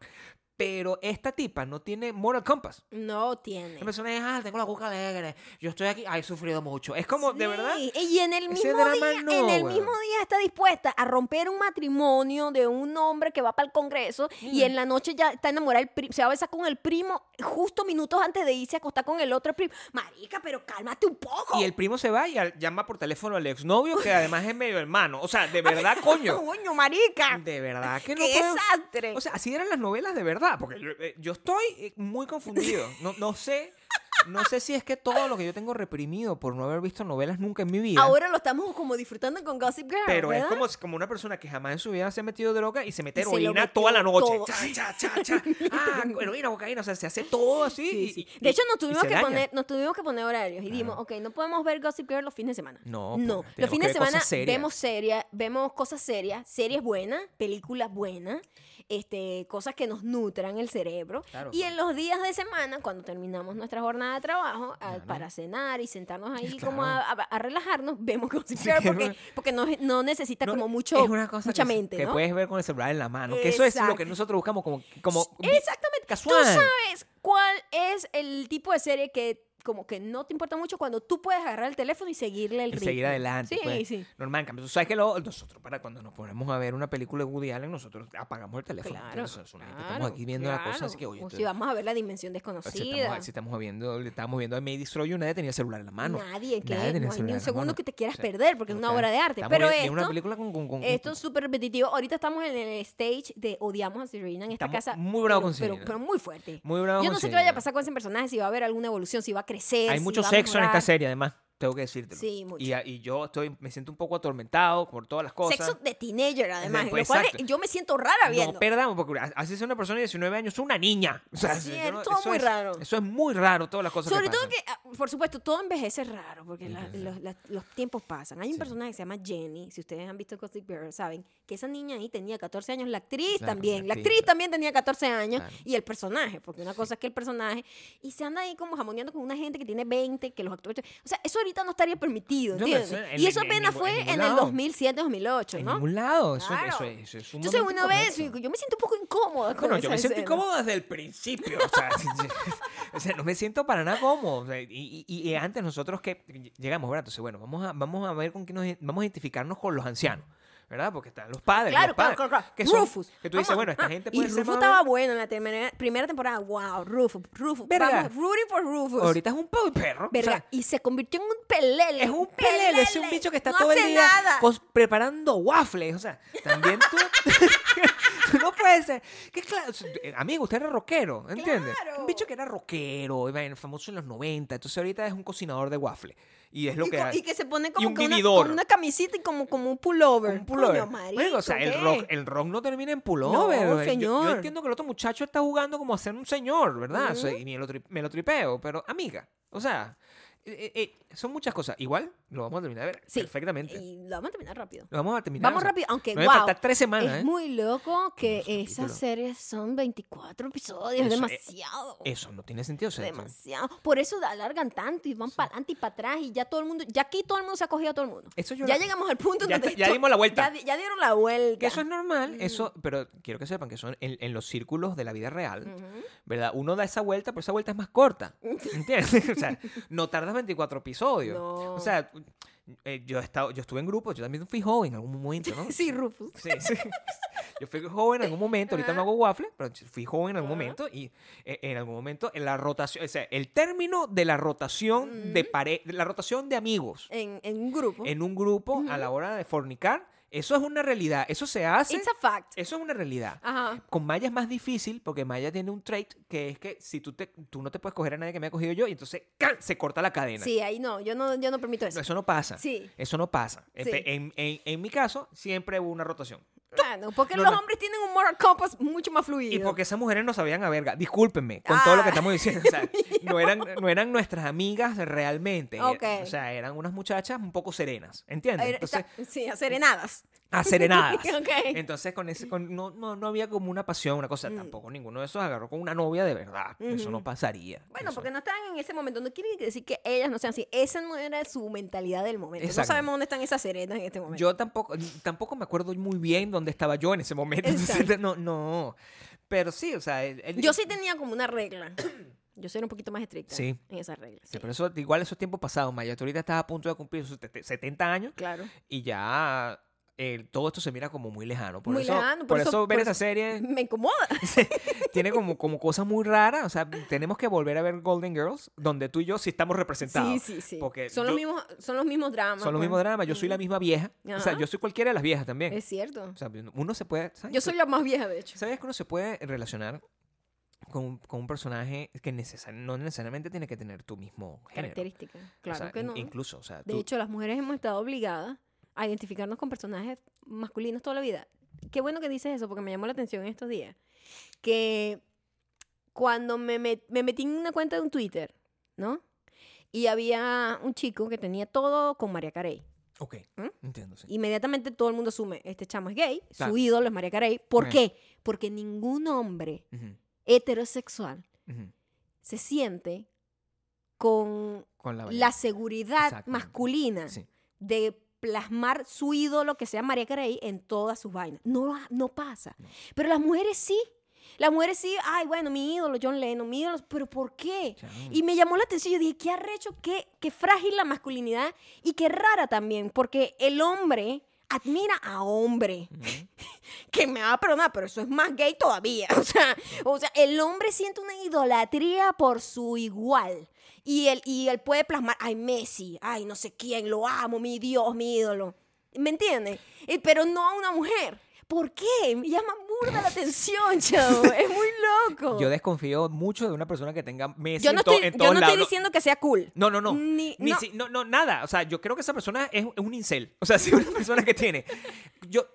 Pero esta tipa no tiene moral compass.
No tiene.
La persona es, ah, tengo la boca alegre, yo estoy aquí, ay, he sufrido mucho. Es como, de verdad,
Sí, Y en el
ese
mismo
drama
día,
no,
en el
weón.
mismo día está dispuesta a romper un matrimonio de un hombre que va para el Congreso
Mm.
y en la noche ya está enamorada, del pri- se va a besar con el primo justo minutos antes de irse a acostar con el otro primo. Marica, pero cálmate un poco.
Y el primo se va y al- llama por teléfono al exnovio, que además es medio hermano. O sea, de verdad, coño.
Coño, marica.
De verdad que
ah, ¡Qué
no puedo-
desastre!
O sea, así eran las novelas de verdad, porque yo, eh, yo estoy eh, muy confundido. No, no sé, no sé si es que todo lo que yo tengo reprimido por no haber visto novelas nunca en mi vida.
Ahora lo estamos como disfrutando con Gossip Girl.
pero es
¿verdad?
como, como una persona que jamás en su vida se ha metido droga y se mete
Y se lo
heroína
metió
toda la noche.
todo.
Cha, cha, cha, cha. Ah, heroína, cocaína, o sea, se hace todo así.
Sí,
y-
sí.
y-
De hecho, nos
y
tuvimos,
se
que
daña.
poner, nos tuvimos que poner horarios y dijimos, ok, no podemos ver Gossip Girl los fines de semana.
No, pues,
No,
tenemos
los
que
fines de
ver cosas
semana
serias.
vemos series, vemos cosas serias, series buenas, películas buenas, este, cosas que nos nutran el cerebro.
Claro,
y
claro.
en los días de semana, cuando terminamos nuestra jornada de trabajo, a-
Claro.
para cenar y sentarnos ahí
Claro.
como a, a- a relajarnos, vemos Gossip
Sí,
Girl
que
porque,
bueno.
porque no, no necesita
No,
como mucho,
es una cosa
mucha
que,
mente,
que
¿no?
puedes ver con el celular en la mano. Que eso es lo que
Exacto.
nosotros buscamos como, como vi-
Exactamente.
casual.
¿Tú sabes cuál es el tipo de serie que como que no te importa mucho cuando tú puedes agarrar el teléfono y seguirle el
y
ritmo?
seguir adelante.
Sí,
pues.
sí.
Normal, en cambio, tú sabes que lo- nosotros, para cuando nos ponemos a ver una película de Woody Allen, nosotros apagamos el teléfono.
Claro,
Entonces, es una-
claro,
estamos aquí viendo la cosa,
claro.
así que, oye, eh,
O
esto-
si vamos a ver la dimensión
si
desconocida.
estamos, si estamos viendo, le estábamos viendo a May Destroy You, nadie tenía celular en la mano.
Nadie, que
Nadie tenía
no hay ni
celular en
un
la
segundo
mano.
que te quieras
O sea,
perder porque es una
claro,
obra de arte.
estamos
Pero
vi- viendo una
esto,
película con, con- con-
esto es súper repetitivo. Ahorita estamos en el stage de odiamos a Serena en esta
Estamos
casa.
muy bravos
pero-
con
pero,
Serena.
pero muy fuerte.
muy bravo
Yo
con
no sé qué
Selena.
vaya a pasar con ese personaje, si va a haber alguna evolución, si va a crecer.
Hay
si
mucho
va a
sexo en esta
mejorar.
serie, además, tengo que decírtelo.
Sí, mucho.
Y, a- y yo estoy, me siento un poco atormentado por todas las cosas.
Sexo de teenager, además.
pues,
lo cual
exacto.
es- yo me siento rara viendo.
No perdamos, porque así es una persona de 19 años, es una niña. O sea,
Sí,
yo no-
todo muy
es,
raro.
Eso es muy raro, todas las cosas
Sobre
que
todo
pasan.
que, ah, por supuesto, todo envejece raro, porque la-
Envejece.
los, las- los tiempos pasan. Hay un
Sí.
personaje que se llama Jenny, si ustedes han visto Gossip Girl, saben que esa niña ahí tenía 14 años, la actriz
Claro,
también, la
la
actriz,
actriz, claro.
también tenía 14 años,
Claro.
y el personaje, porque una cosa es que el personaje, y se anda ahí como jamoneando con una gente que tiene 20, que los actores... O sea, eso ahorita no estaría permitido,
No, pero
¿entiendes?
eso en-
y eso
en- en
apenas
ningún-
fue
en
en,
ningún
el
lado.
2007, 2008,
En
¿no?
ningún lado. Eso,
Claro.
eso, es- eso es un
Entonces
momento
una vez,
correcto.
yo, yo me siento un poco incómoda con
Bueno, yo
esa
me siento
escena.
incómodo desde el principio. O sea, O sea, no me siento para nada cómodo. O sea, y, y- y antes nosotros que llegamos, ¿verdad? Entonces, bueno, vamos a, vamos a ver con quién nos... Vamos a identificarnos con los ancianos, ¿verdad? Porque están los padres.
Claro,
los padres,
claro, claro, claro.
Que son-
Rufus.
Que tú dices,
Vamos,
bueno, esta
ah,
gente
Y
puede ser...
Rufus
más o menos-
estaba bueno en la temera- primera temporada. Wow, Rufus, Rufus.
Verga.
Vamos, rooting por Rufus.
Ahorita es un poco perro. o
Verga,
sea,
y se convirtió en un pelele.
es un pelele, es un bicho que está
no
todo el
hace
día
nada.
cos- preparando waffles. O sea, también tú. tú no puedes ser. Que claro, s- eh, amigo, usted era rockero, ¿entiendes?
Claro.
Un bicho que era rockero, imagínate, famoso en los 90. Entonces ahorita es un cocinador de waffles. Y es lo
y,
que.
co-
hay.
y que se pone como
un
que una,
vividor.
con una camisita y como, como un pullover.
Un pullover.
Coño, marico,
Marico, o sea,
¿qué?
el rock, eh, el rock no termina en pullover.
No,
güey. Yo- Yo,
señor.
entiendo que el otro muchacho está jugando como a ser un señor, ¿verdad? O sea,
Ujú.
y me lo, tri- me lo tripeo, pero amiga, o sea, eh, eh, eh, son muchas cosas. Igual lo vamos a terminar a ver
Sí,
perfectamente.
Y lo vamos a terminar rápido.
Lo vamos a terminar.
Vamos
o sea,
rápido, aunque
nos deben
wow.
faltar tres semanas,
es
¿eh?
muy loco que
Unos
esas
capítulos.
series son 24 episodios, es
Eso, eh,
demasiado.
Eso no tiene sentido. o sea,
demasiado. Por eso alargan tanto y van para adelante y para atrás y ya todo el mundo, ya aquí todo el mundo se ha cogido a todo el mundo.
Eso yo
Ya
lo-
llegamos al punto en
Ya
donde
está- ya
esto-
dimos la vuelta.
Ya, di- ya dieron la vuelta.
que eso es normal, eso, pero quiero que sepan que son en, en los círculos de la vida real, ¿verdad? Uno da esa vuelta, pero esa vuelta es más corta, ¿entiendes? o sea, no tardas 24 episodios.
No.
O sea, eh, yo, he estado, yo estuve en grupos, yo también fui joven en algún momento, ¿no?
Sí, Rufus.
Sí, sí. Yo fui joven en algún momento, ahorita no hago waffle, pero fui joven en algún
Ajá.
momento y eh, en algún momento en la rotación, o sea, el término de la rotación de pare, de la rotación de amigos
En, en un grupo.
en un grupo a la hora de fornicar, eso es una realidad, eso se hace,
It's a fact.
eso es una realidad.
Ajá.
Con Maya es más difícil porque Maya tiene un trait que es que si tú te tú no te puedes coger a nadie que me ha cogido yo y entonces ¡can! se corta la cadena.
Sí, ahí no, yo no, yo no permito eso.
No, eso no pasa.
Sí.
Eso no pasa. En-
Sí.
En, en- en mi caso, siempre hubo una rotación.
Ah, no, porque
No,
los
no.
hombres tienen un moral compass mucho más fluido.
Y porque esas mujeres no sabían a verga. Discúlpenme con todo lo que
Ah,
estamos diciendo. O sea, no, eran, no eran nuestras amigas realmente.
Ok.
O sea, eran unas muchachas un poco serenas. ¿Entiendes?
Era-
Entonces,
está- sí, serenadas.
acerenadas.
Ok.
Entonces, con ese, con- no, no, no había como una pasión, una
Mm.
cosa. Tampoco ninguno de esos agarró con una novia de verdad. Eso no pasaría.
Bueno,
Eso-
porque no estaban en ese momento. No quiere decir que ellas no sean así. Esa no era su mentalidad del momento. No
Exacto.
sabemos dónde están esas serenas en este momento.
Yo tampoco, tampoco me acuerdo muy bien dónde estaba yo en ese momento. Entonces,
Exacto.
no, no. Pero sí, o sea. el- el-
Yo sí tenía como una regla. Yo soy un poquito más estricta
Sí.
en esas reglas.
Sí, pero eso, igual eso es tiempo pasado, Maya. Tú ahorita estás a punto de cumplir sus tete- 70 años
Claro.
y ya eh, todo esto se mira como muy lejano. Por
Muy
eso,
lejano,
Por,
por
eso,
eso-
ver
por
esa
eso-
serie
Me incomoda.
tiene como, como cosas muy raras. O sea, tenemos que volver a ver Golden Girls, donde tú y yo sí estamos representados.
Sí, sí, sí.
Porque
son,
yo-
los mismos, son los mismos dramas.
Son los
pues.
mismos dramas. Yo soy la misma vieja. O sea,
Ajá.
yo soy cualquiera de las viejas también.
Es cierto.
O sea, pues, uno se puede. ¿sabes?
Yo soy la más vieja, de hecho.
¿Sabías que uno se puede relacionar con, con un personaje que necesa- no necesariamente tiene que tener tu mismo género?
Característica.
O sea,
Claro que
in-
no.
Incluso, o sea,
De
tú-
hecho, las mujeres hemos estado obligadas a identificarnos con personajes masculinos toda la vida. Qué bueno que dices eso, porque me llamó la atención en estos días. Que cuando me, met- me metí en una cuenta de un Twitter, ¿no? Y había un chico que tenía todo con María Carey.
Ok,
¿Mm?
entiendo, sí.
Inmediatamente todo el mundo asume, este chamo es gay,
Claro. Eh.
su ídolo es María Carey. ¿Por
Ok.
qué? Porque ningún hombre
Ujú,
heterosexual
ujú.
se siente con
Con la
la
ballena.
seguridad
Exactamente.
masculina
Sí.
de plasmar su ídolo que sea María Carey en todas sus vainas. No, lo ha- no pasa.
No.
Pero las mujeres sí. Las mujeres sí, ay, bueno, mi ídolo, John Lennon, mi ídolo, pero ¿por qué?
Chamo.
Y me llamó la atención, yo dije, qué arrecho, qué, qué frágil la masculinidad y qué rara también, porque el hombre admira a hombre,
Ujú.
que me va a perdonar, pero eso es más gay todavía. O sea, o sea el hombre siente una idolatría por su igual. Y él, y él puede plasmar, ay, Messi, ay, no sé quién, lo amo, mi Dios, mi ídolo. ¿Me entiendes? Eh, Pero no a una mujer. ¿Por qué? Me llama burda la atención, chavo. Es muy loco.
Yo desconfío mucho de una persona que tenga Messi
Yo no
en, to-
estoy,
en
yo
todos
no estoy
lados.
diciendo que sea cool.
No, no, no.
Ni-
Ni
no.
si- no, no, nada. O sea, yo creo que esa persona es, es un incel. O sea, si una persona que tiene. Yo,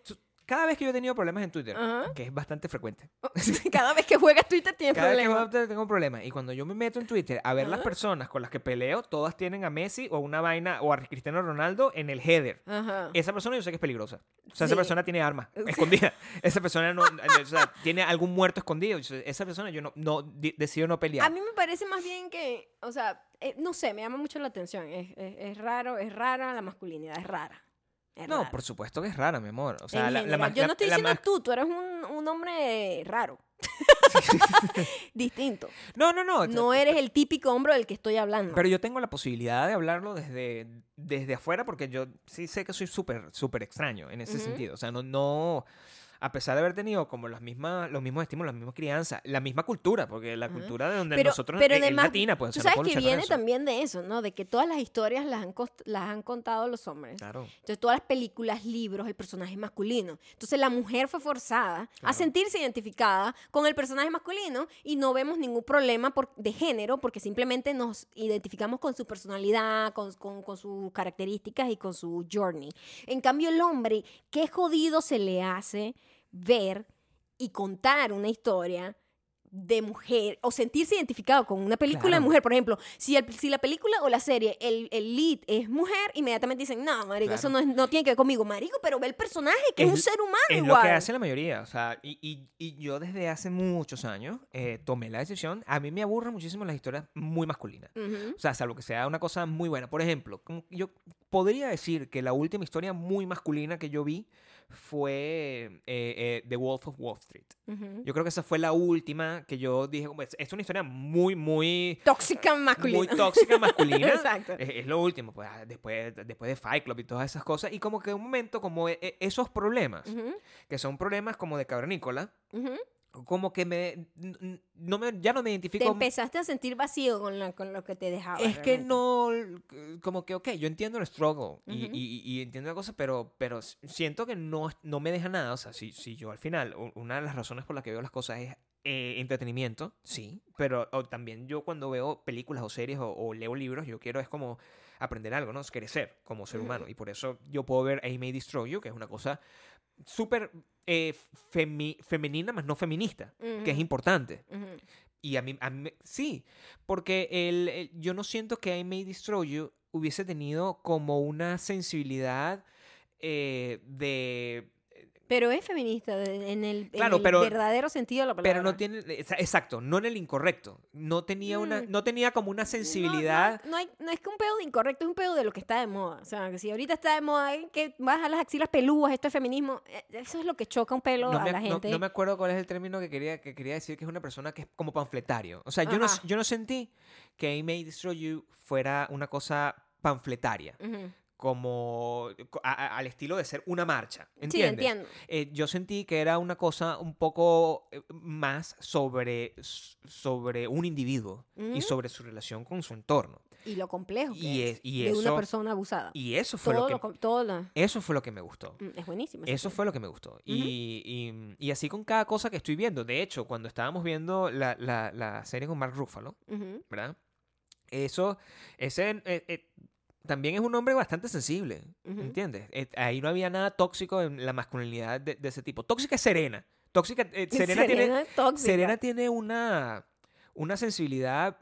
cada vez que yo he tenido problemas en Twitter,
Ajá.
que es bastante frecuente,
Cada vez que juegas Twitter tienes
cada vez que
problemas.
voy a Twitter tengo un problema. Y cuando yo me meto en Twitter a ver las personas con las que peleo, todas tienen a Messi o una vaina o a Cristiano Ronaldo en el header.
Ajá.
Esa persona yo sé que es peligrosa. O sea, esa
Sí.
persona tiene armas escondidas. Esa persona no, eh, o sea, tiene algún muerto escondido. O sea, Esa persona yo no, no di- decido no pelear.
A mí me parece más bien que, o sea, eh, no sé, me llama mucho la atención. Es, es- es raro, es rara la masculinidad, es rara. Es
no,
rara.
por supuesto que es rara, mi amor. O
En
sea, la, la
general,
mas-
yo
la-
no estoy
la
diciendo
mas-
tú, tú eres un, un hombre raro. Distinto.
No, no, no.
No eres el típico hombre del que estoy hablando.
Pero yo tengo la posibilidad de hablarlo desde, desde afuera porque yo sí sé que soy súper, súper extraño en ese
Ujú.
sentido. O sea, no, no, a pesar de haber tenido como las mismas, los mismos estímulos, la misma crianza, la misma cultura, porque la
Ujú.
cultura de donde
Pero-
nosotros,
pero
es- es
además,
latina, pues,
Tú
o sea, no
sabes que
podemos cerrar
viene
eso.
también de eso, ¿no? De que todas las historias las han, cost- las han contado los hombres.
Claro.
Entonces, todas las películas, libros, el personaje masculino. Entonces, la mujer fue forzada a
Claro.
sentirse identificada con el personaje masculino y no vemos ningún problema por- de género porque simplemente nos identificamos con su personalidad, con, con- con sus características y con su journey. En cambio, el hombre, qué jodido se le hace ver y contar una historia de mujer o sentirse identificado con una película de
Claro.
mujer. Por ejemplo, si, el- si la película o la serie, el, el lead es mujer, inmediatamente dicen, no, marico,
Claro.
eso no, es- no tiene que ver conmigo, marico, pero ve el personaje, que es,
Es-
un ser humano
Es
igual.
lo que hace la mayoría, o sea, y, y- y yo desde hace muchos años eh, tomé la decisión, a mí me aburren muchísimo las historias muy masculinas.
Ujú.
O sea, salvo que sea una cosa muy buena. Por ejemplo, como que yo podría decir que la última historia muy masculina que yo vi fue eh, eh, The Wolf of Wall Street.
Ujú.
Yo creo que esa fue la última que yo dije, como, es, es una historia muy, muy...
Tóxica masculina.
Muy tóxica masculina.
Exacto.
Es, es lo último, pues, ah, después, después de Fight Club y todas esas cosas. Y como que un momento, como e- e- esos problemas,
Ujú,
que son problemas como de cavernícola,
ujú.
como que me, n- n- no me, ya no me
Te
identifico
empezaste a sentir vacío con, la- con lo que te dejaba.
Es que
realmente.
no, eh, como que, ok, yo entiendo el struggle y,
Ujú.
y- y entiendo la cosa, pero, pero s- siento que no, no me deja nada. O sea, si, si yo al final, u- una de las razones por las que veo las cosas es eh, entretenimiento, sí, pero o también yo cuando veo películas o series o, o leo libros, yo quiero es como aprender algo, ¿no? Es crecer como ser
Ujú.
humano. Y por eso yo puedo ver A May Destroy You, que es una cosa súper eh, femi- femenina, más no feminista, que es
Ujú,
importante.
ujú.
Y a mí, a mí me- sí, porque el, el- yo no siento que I May Destroy You hubiese tenido como una sensibilidad eh, de...
Pero es feminista de- en el, en
Claro,
el
pero-
verdadero sentido de la palabra.
Pero no tiene... exa- Exacto, no en el incorrecto. No tenía, una,
Mm.
no tenía como una sensibilidad...
No, no, no hay- no es que un pedo de incorrecto, es un pedo de lo que está de moda. O sea, que si ahorita está de moda eh, que vas a las axilas pelúas, esto es feminismo, eh, eso es lo que choca un pelo
No,
a
me,
la
no-
gente.
no me acuerdo cuál es el término que quería, que quería decir, que es una persona que es como panfletario. O sea, yo no,
Ajá.
yo no sentí que I May Destroy You fuera una cosa panfletaria,
Ujú.
como a- a- al estilo de ser una marcha.
Sí,
¿Entiendes?
entiendo.
eh, yo sentí que era una cosa un poco eh, más sobre, s- sobre un individuo y
Ujú.
sobre su relación con su entorno.
Y lo complejo que
Y,
es
es- y
de
eso,
una persona abusada.
y eso fue
Todo
lo que,
lo com- todo la-
eso fue lo que me gustó.
Mm, Es buenísimo. ese
Eso
pedo.
fue lo que me gustó. y, mm, y- y así con cada cosa que estoy viendo. De hecho, cuando estábamos viendo la, la- la serie con Mark Ruffalo,
Ujú.
¿verdad? Eso, ese eh, eh, también es un hombre bastante sensible,
Ujú.
¿entiendes? Eh, ahí no había nada tóxico en la masculinidad de, de ese tipo. Tóxica es serena. Tóxica, eh, serena, tiene,
es tóxica.
serena tiene una, una sensibilidad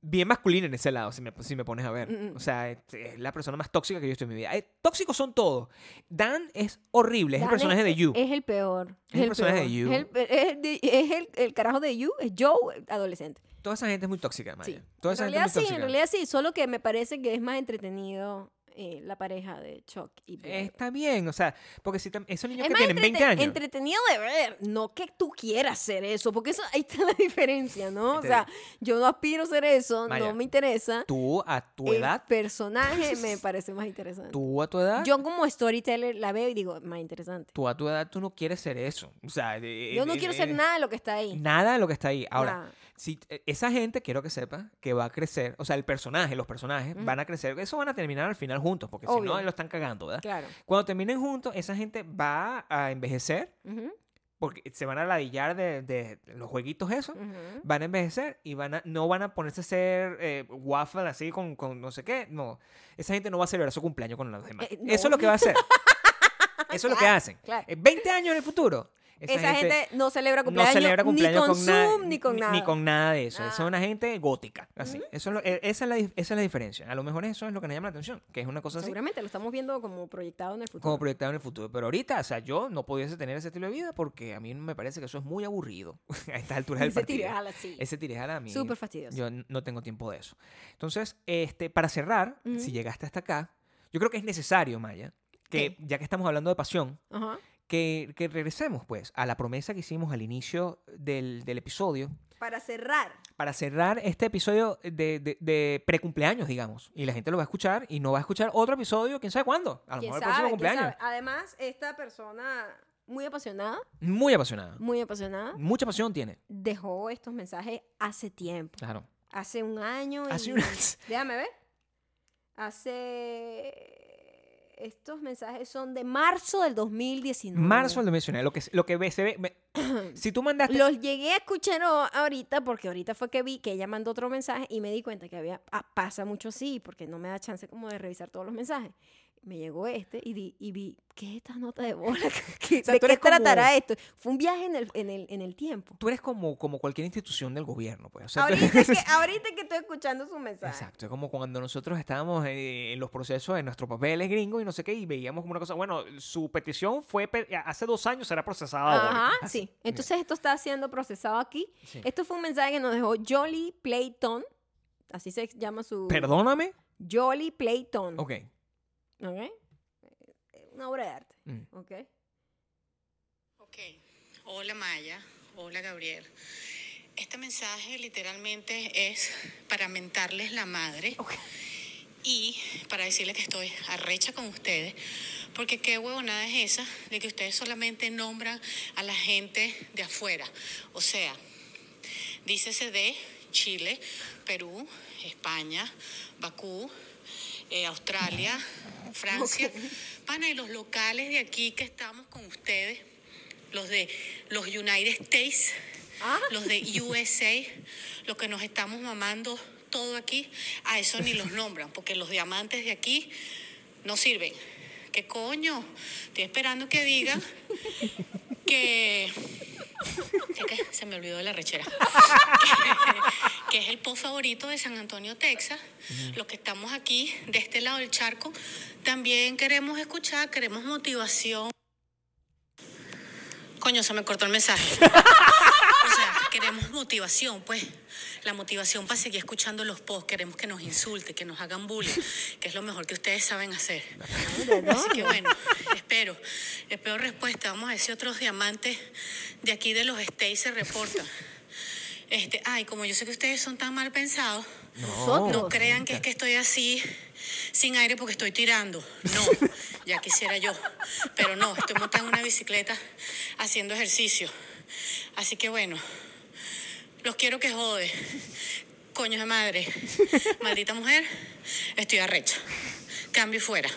bien masculina en ese lado, si me, si me pones a ver.
Mm, mm.
O sea, es, es la persona más tóxica que yo he visto en mi vida. Eh, tóxicos son todos. Dan es horrible, es
Dan
el personaje de You.
Es el peor.
Es el personaje de You.
Es, el, pe- es de- es el- el carajo de You, es Joe, adolescente.
Toda esa gente es muy tóxica,
Sí.
Maya.
En
Toda esa gente es
realidad
muy
sí,
tóxica.
en realidad sí, solo que me parece que es más entretenido eh, la pareja de Chuck y Blair.
Está bien, o sea, porque si tam- esos niños
Es
que
más
tienen 20
entreten-
años.
entretenido de ver, no que tú quieras ser eso, porque eso ahí está la diferencia, ¿no?
Este
O sea, yo no aspiro a ser eso,
Maya,
no me interesa.
tú a tu
El
edad,
personaje me parece más interesante.
tú a tu edad,
Yo como storyteller la veo y digo, más interesante.
tú a tu edad, tú no quieres ser eso. O sea, eh, de-
Yo no
de-
quiero
de-
ser nada de lo que está ahí.
Nada de lo que está ahí. Ahora,
Nada.
si eh, esa gente quiero que sepa que va a crecer, o sea, el personaje, los personajes
Ujú.
van a crecer, eso van a terminar al final juntos, porque si
Obvio.
no lo están cagando, ¿verdad?
Claro.
Cuando terminen juntos, esa gente va a envejecer,
Ujú,
porque se van a ladillar de, de los jueguitos esos.
ujú.
van a envejecer y van a, no van a ponerse a hacer eh, waffle así con, con no sé qué. No, esa gente no va a celebrar su cumpleaños con los demás.
Eh, no.
Eso es lo que va a hacer. Eso es lo que
Claro,
hacen.
claro.
Eh, 20 años en el futuro.
Esa, gente, no celebra
no
cumpleaños,
celebra cumpleaños
ni con,
con,
Zoom,
nada,
ni con nada. Ah.
Ni con nada de eso. Esa
Nada.
es una gente gótica. Así. eso es lo- eh, esa, es la, dif- esa es la diferencia. A lo mejor eso es lo que nos llama la atención, que es una cosa así.
Seguramente lo estamos viendo como proyectado en el futuro.
Como proyectado en el futuro. Pero ahorita, o sea, yo no pudiese tener ese estilo de vida porque a mí me parece que eso es muy aburrido a estas alturas del
Ese
partido.
tirar así.
Ese tirejala a mí.
Súper fastidioso.
Yo n- no tengo tiempo de eso. Entonces, este, para cerrar,
Ujú.
si llegaste hasta acá, yo creo que es necesario, Maya, que ya que estamos hablando de pasión,
Ajá.
que, que regresemos pues a la promesa que hicimos al inicio del, del episodio
Para cerrar.
para cerrar este episodio de, de, de precumpleaños, digamos. Y la gente lo va a escuchar y no va a escuchar otro episodio, quién sabe cuándo. A lo
¿Quién
mejor el
sabe?
próximo
quién
cumpleaños.
sabe? Además, esta persona muy apasionada,
Muy apasionada.
muy apasionada,
Mucha pasión tiene.
dejó estos mensajes hace tiempo.
Claro.
Hace un año. y-
Hace una-
Déjame ver. Hace... Estos mensajes son de marzo del 2019.
Marzo lo mencioné. Lo que, lo que ve- se ve. me- si tú mandaste.
Los llegué a escuchar o- ahorita porque ahorita fue que vi que ella mandó otro mensaje y me di cuenta que había ah, pasa mucho así porque no me da chance como de revisar todos los mensajes. Me llegó este y, di- y vi, ¿qué es esta nota de bola? ¿Qué-
sea,
¿De
tú
qué
eres como-
tratará esto? Fue un viaje en el, en el, en el tiempo.
Tú eres como, como cualquier institución del gobierno, pues. O sea, tú-
ahorita, que, ahorita que estoy escuchando su mensaje.
Exacto, es como cuando nosotros estábamos eh, en los procesos de nuestros papeles gringos y no sé qué, y veíamos como una cosa, bueno, su petición fue, pe- hace dos años será procesada. hoy.
Ajá,
Ah, Así.
sí. Entonces esto está siendo procesado aquí.
Sí.
Esto fue un mensaje que nos dejó Jolly Playton. Así se llama su...
Perdóname.
Jolly Playton.
Ok.
¿Ok? Eh, Una obra de arte.
Mm.
¿Ok?
Ok. Hola Maya, hola Gabriel. Este mensaje literalmente es para mentarles la madre y para decirles que estoy arrecha con ustedes, porque qué huevonada es esa de que ustedes solamente nombran a la gente de afuera. O sea, dícese de Chile, Perú, España, Bakú, eh, Australia, Francia, pana, y los locales de aquí que estamos con ustedes, los de los United States,
Ah.
los de USA, los que nos estamos mamando todo aquí, a eso ni los nombran, porque los diamantes de aquí no sirven. ¿Qué coño? Estoy esperando que digan que... sé que se me olvidó de la rechera. que, que es el post favorito de San Antonio, Texas. Los que estamos aquí, de este lado del charco, también queremos escuchar, queremos motivación. Coño, se me cortó el mensaje. O sea, queremos motivación, pues. La motivación para seguir escuchando los posts. Queremos que nos insulte, que nos hagan bullying, que es lo mejor que ustedes saben hacer. Así que bueno, espero. Espero respuesta. Vamos a ver si otros diamantes de aquí de los States se reportan. Este, ay, como yo sé que ustedes son tan mal pensados,
Nosotros.
no crean que es que estoy así sin aire porque estoy tirando. No, ya quisiera yo. Pero no, estoy montada en una bicicleta haciendo ejercicio. Así que bueno, los quiero que jode. Coño de madre. Maldita mujer, estoy arrecha. Cambio y fuera.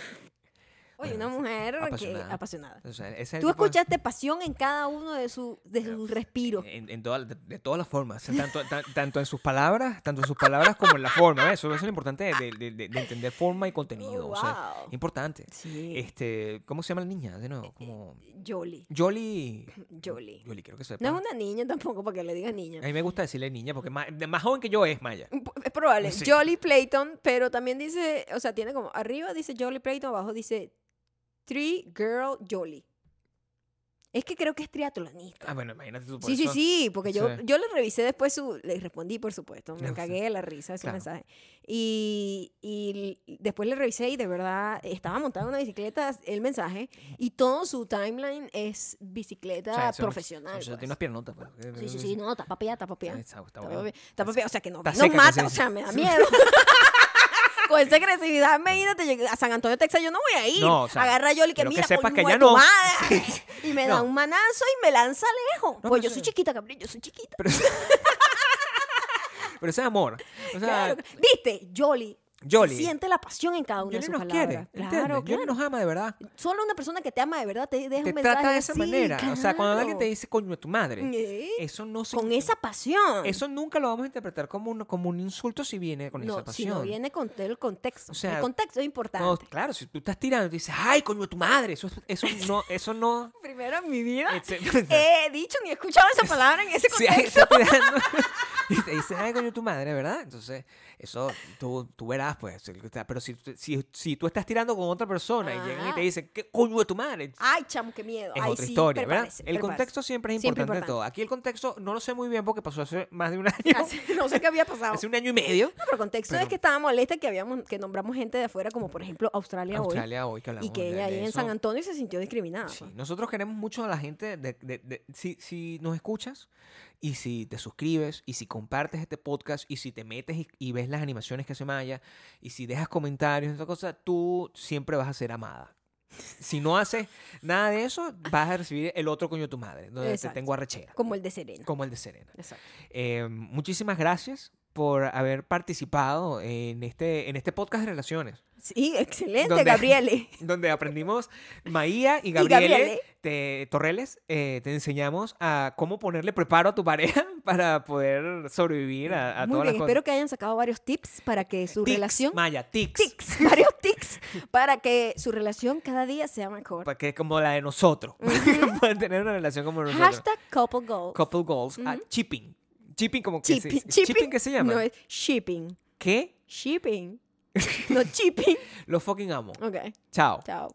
Oye,
Bueno,
una mujer
apasionada.
Que, apasionada.
O sea, ese es el
Tú
tipo de-
escuchaste pasión en cada uno de, su, de sus respiros.
En, en toda- de, de todas las formas, o sea, tanto, tan- tanto en sus palabras, tanto en sus palabras como en la forma. ¿ves? Eso, eso es lo importante de, de- de- de entender forma y contenido. o sea,
Wow.
importante.
Sí.
Este, ¿Cómo se llama la niña? De nuevo, como
Jolly.
Jolly.
Jolly.
Jolly, creo que Eh, se
No es una niña tampoco para que le diga niña.
A mí me gusta decirle niña porque más, de- más joven que yo es Maya.
Es probable.
Sí.
Jolly Playton, pero también dice, o sea, tiene como, arriba dice Jolly Playton, abajo dice Three Girl Jolly. Es que creo que es triatlonista.
Ah, bueno, imagínate tú por
Sí, sí,
eso.
sí, porque yo,
Sí.
yo le revisé después su, le respondí, por supuesto, me
No, sí.
cagué de la risa de su
Claro.
mensaje. Y, y l- después le revisé y de verdad estaba montada en una bicicleta el mensaje y todo su timeline es bicicleta
O sea, eso-
profesional.
eso tiene
pues.
unas piernotas. pues.
Sí, sí, sí, no, está papeada, está papeada.
Está- está
Está
bueno.
papeada, está papeada, o sea que no,
Está
no
seca,
mata,
sí,
o
sí.
sea, me da miedo. Con esa agresividad, imagínate, llegué a San Antonio, Texas, yo no voy a ir.
No, o sea,
Agarra a Yoli que
quiero que
mira,
sepas
coño
que
de
ya
tu
no.
madre. Y me da
No.
un manazo y me lanza lejos.
No,
pues
pero
yo
sí.
soy chiquita, cabrón, yo soy chiquita.
Pero, pero ese es amor. O sea,
Claro. Viste, Yoli.
Yoli.
Siente la pasión en cada una de
Jolly
sus
nos
palabras.
quiere.
Claro,
¿entiendes?
claro.
Jolly nos ama de verdad.
Solo una persona que te ama de verdad te deja
te
un mensaje
trata de esa
así,
manera. O sea, cuando alguien te
claro.
dice coño de tu madre,
¿Eh?
eso no se.
Con esa pasión.
Eso nunca lo vamos a interpretar como un, como un insulto si viene con
no,
esa
si
pasión.
no viene con todo el contexto.
O sea,
el contexto es importante.
No, claro, si tú estás tirando y dices, ay, coño de tu madre, eso, eso no, eso no.
Primero en mi vida
Etcétera.
he dicho ni he escuchado esa palabra en ese
Si
contexto.
está tirando, Y te dicen, ay, coño, tu madre, ¿verdad? Entonces, eso tú, tú verás, pues. Pero si, si, si tú estás tirando con otra persona y llegan y te
Ajá.
dicen, ¿qué coño de tu madre?
Ay, chamo, qué miedo.
es
Ay,
otra
sí,
historia, ¿verdad?
prepárese,
El
prepárese.
contexto siempre es
Siempre
importante, de
importante.
todo. Aquí el contexto no lo sé muy bien porque pasó hace más de un año,
Hace- no sé qué había pasado.
hace un año y medio.
No, pero contexto
Pero-
es que estaba molesta que habíamos que nombramos gente de afuera, como por ejemplo Australia,
Australia hoy que
hoy.
hablamos
Y que
de-
ella ahí
de
en
eso.
San Antonio se sintió discriminada.
Sí,
pues.
nosotros queremos mucho a la gente. De, de- de- si, si nos escuchas y si te suscribes y si compartes este podcast y si te metes y, y ves las animaciones que hace Maya y si dejas comentarios, esa cosa, tú siempre vas a ser amada. Si no haces nada de eso, vas a recibir el otro coño de tu madre, donde
Exacto.
te tengo arrechera,
pues, Como el de Serena.
como el de Serena.
Exacto.
Eh, muchísimas gracias por haber participado en este, en este podcast de relaciones.
Sí, excelente,
¿Dónde?
Gabriele.
donde aprendimos Maía y
Gabriele.
Gabriele te, Torreles, eh, te enseñamos a cómo ponerle preparo a tu pareja para poder sobrevivir a, a
Muy
todas
bien,
las
espero
cosas.
que hayan sacado varios tips para que su
Tics,
relación.
Maya, tics.
Tics, varios tics para que su relación cada día sea mejor.
Para que como la de nosotros. Pueden tener una relación como nosotros.
Hashtag couple goals.
Couple goals. ah, chipping. Chipping como que
Chipping-
se, chipping ¿qué se llama?
No, es shipping.
¿Qué?
Shipping. no, shipping.
Lo fucking amo.
Ok,
Chao.
chao.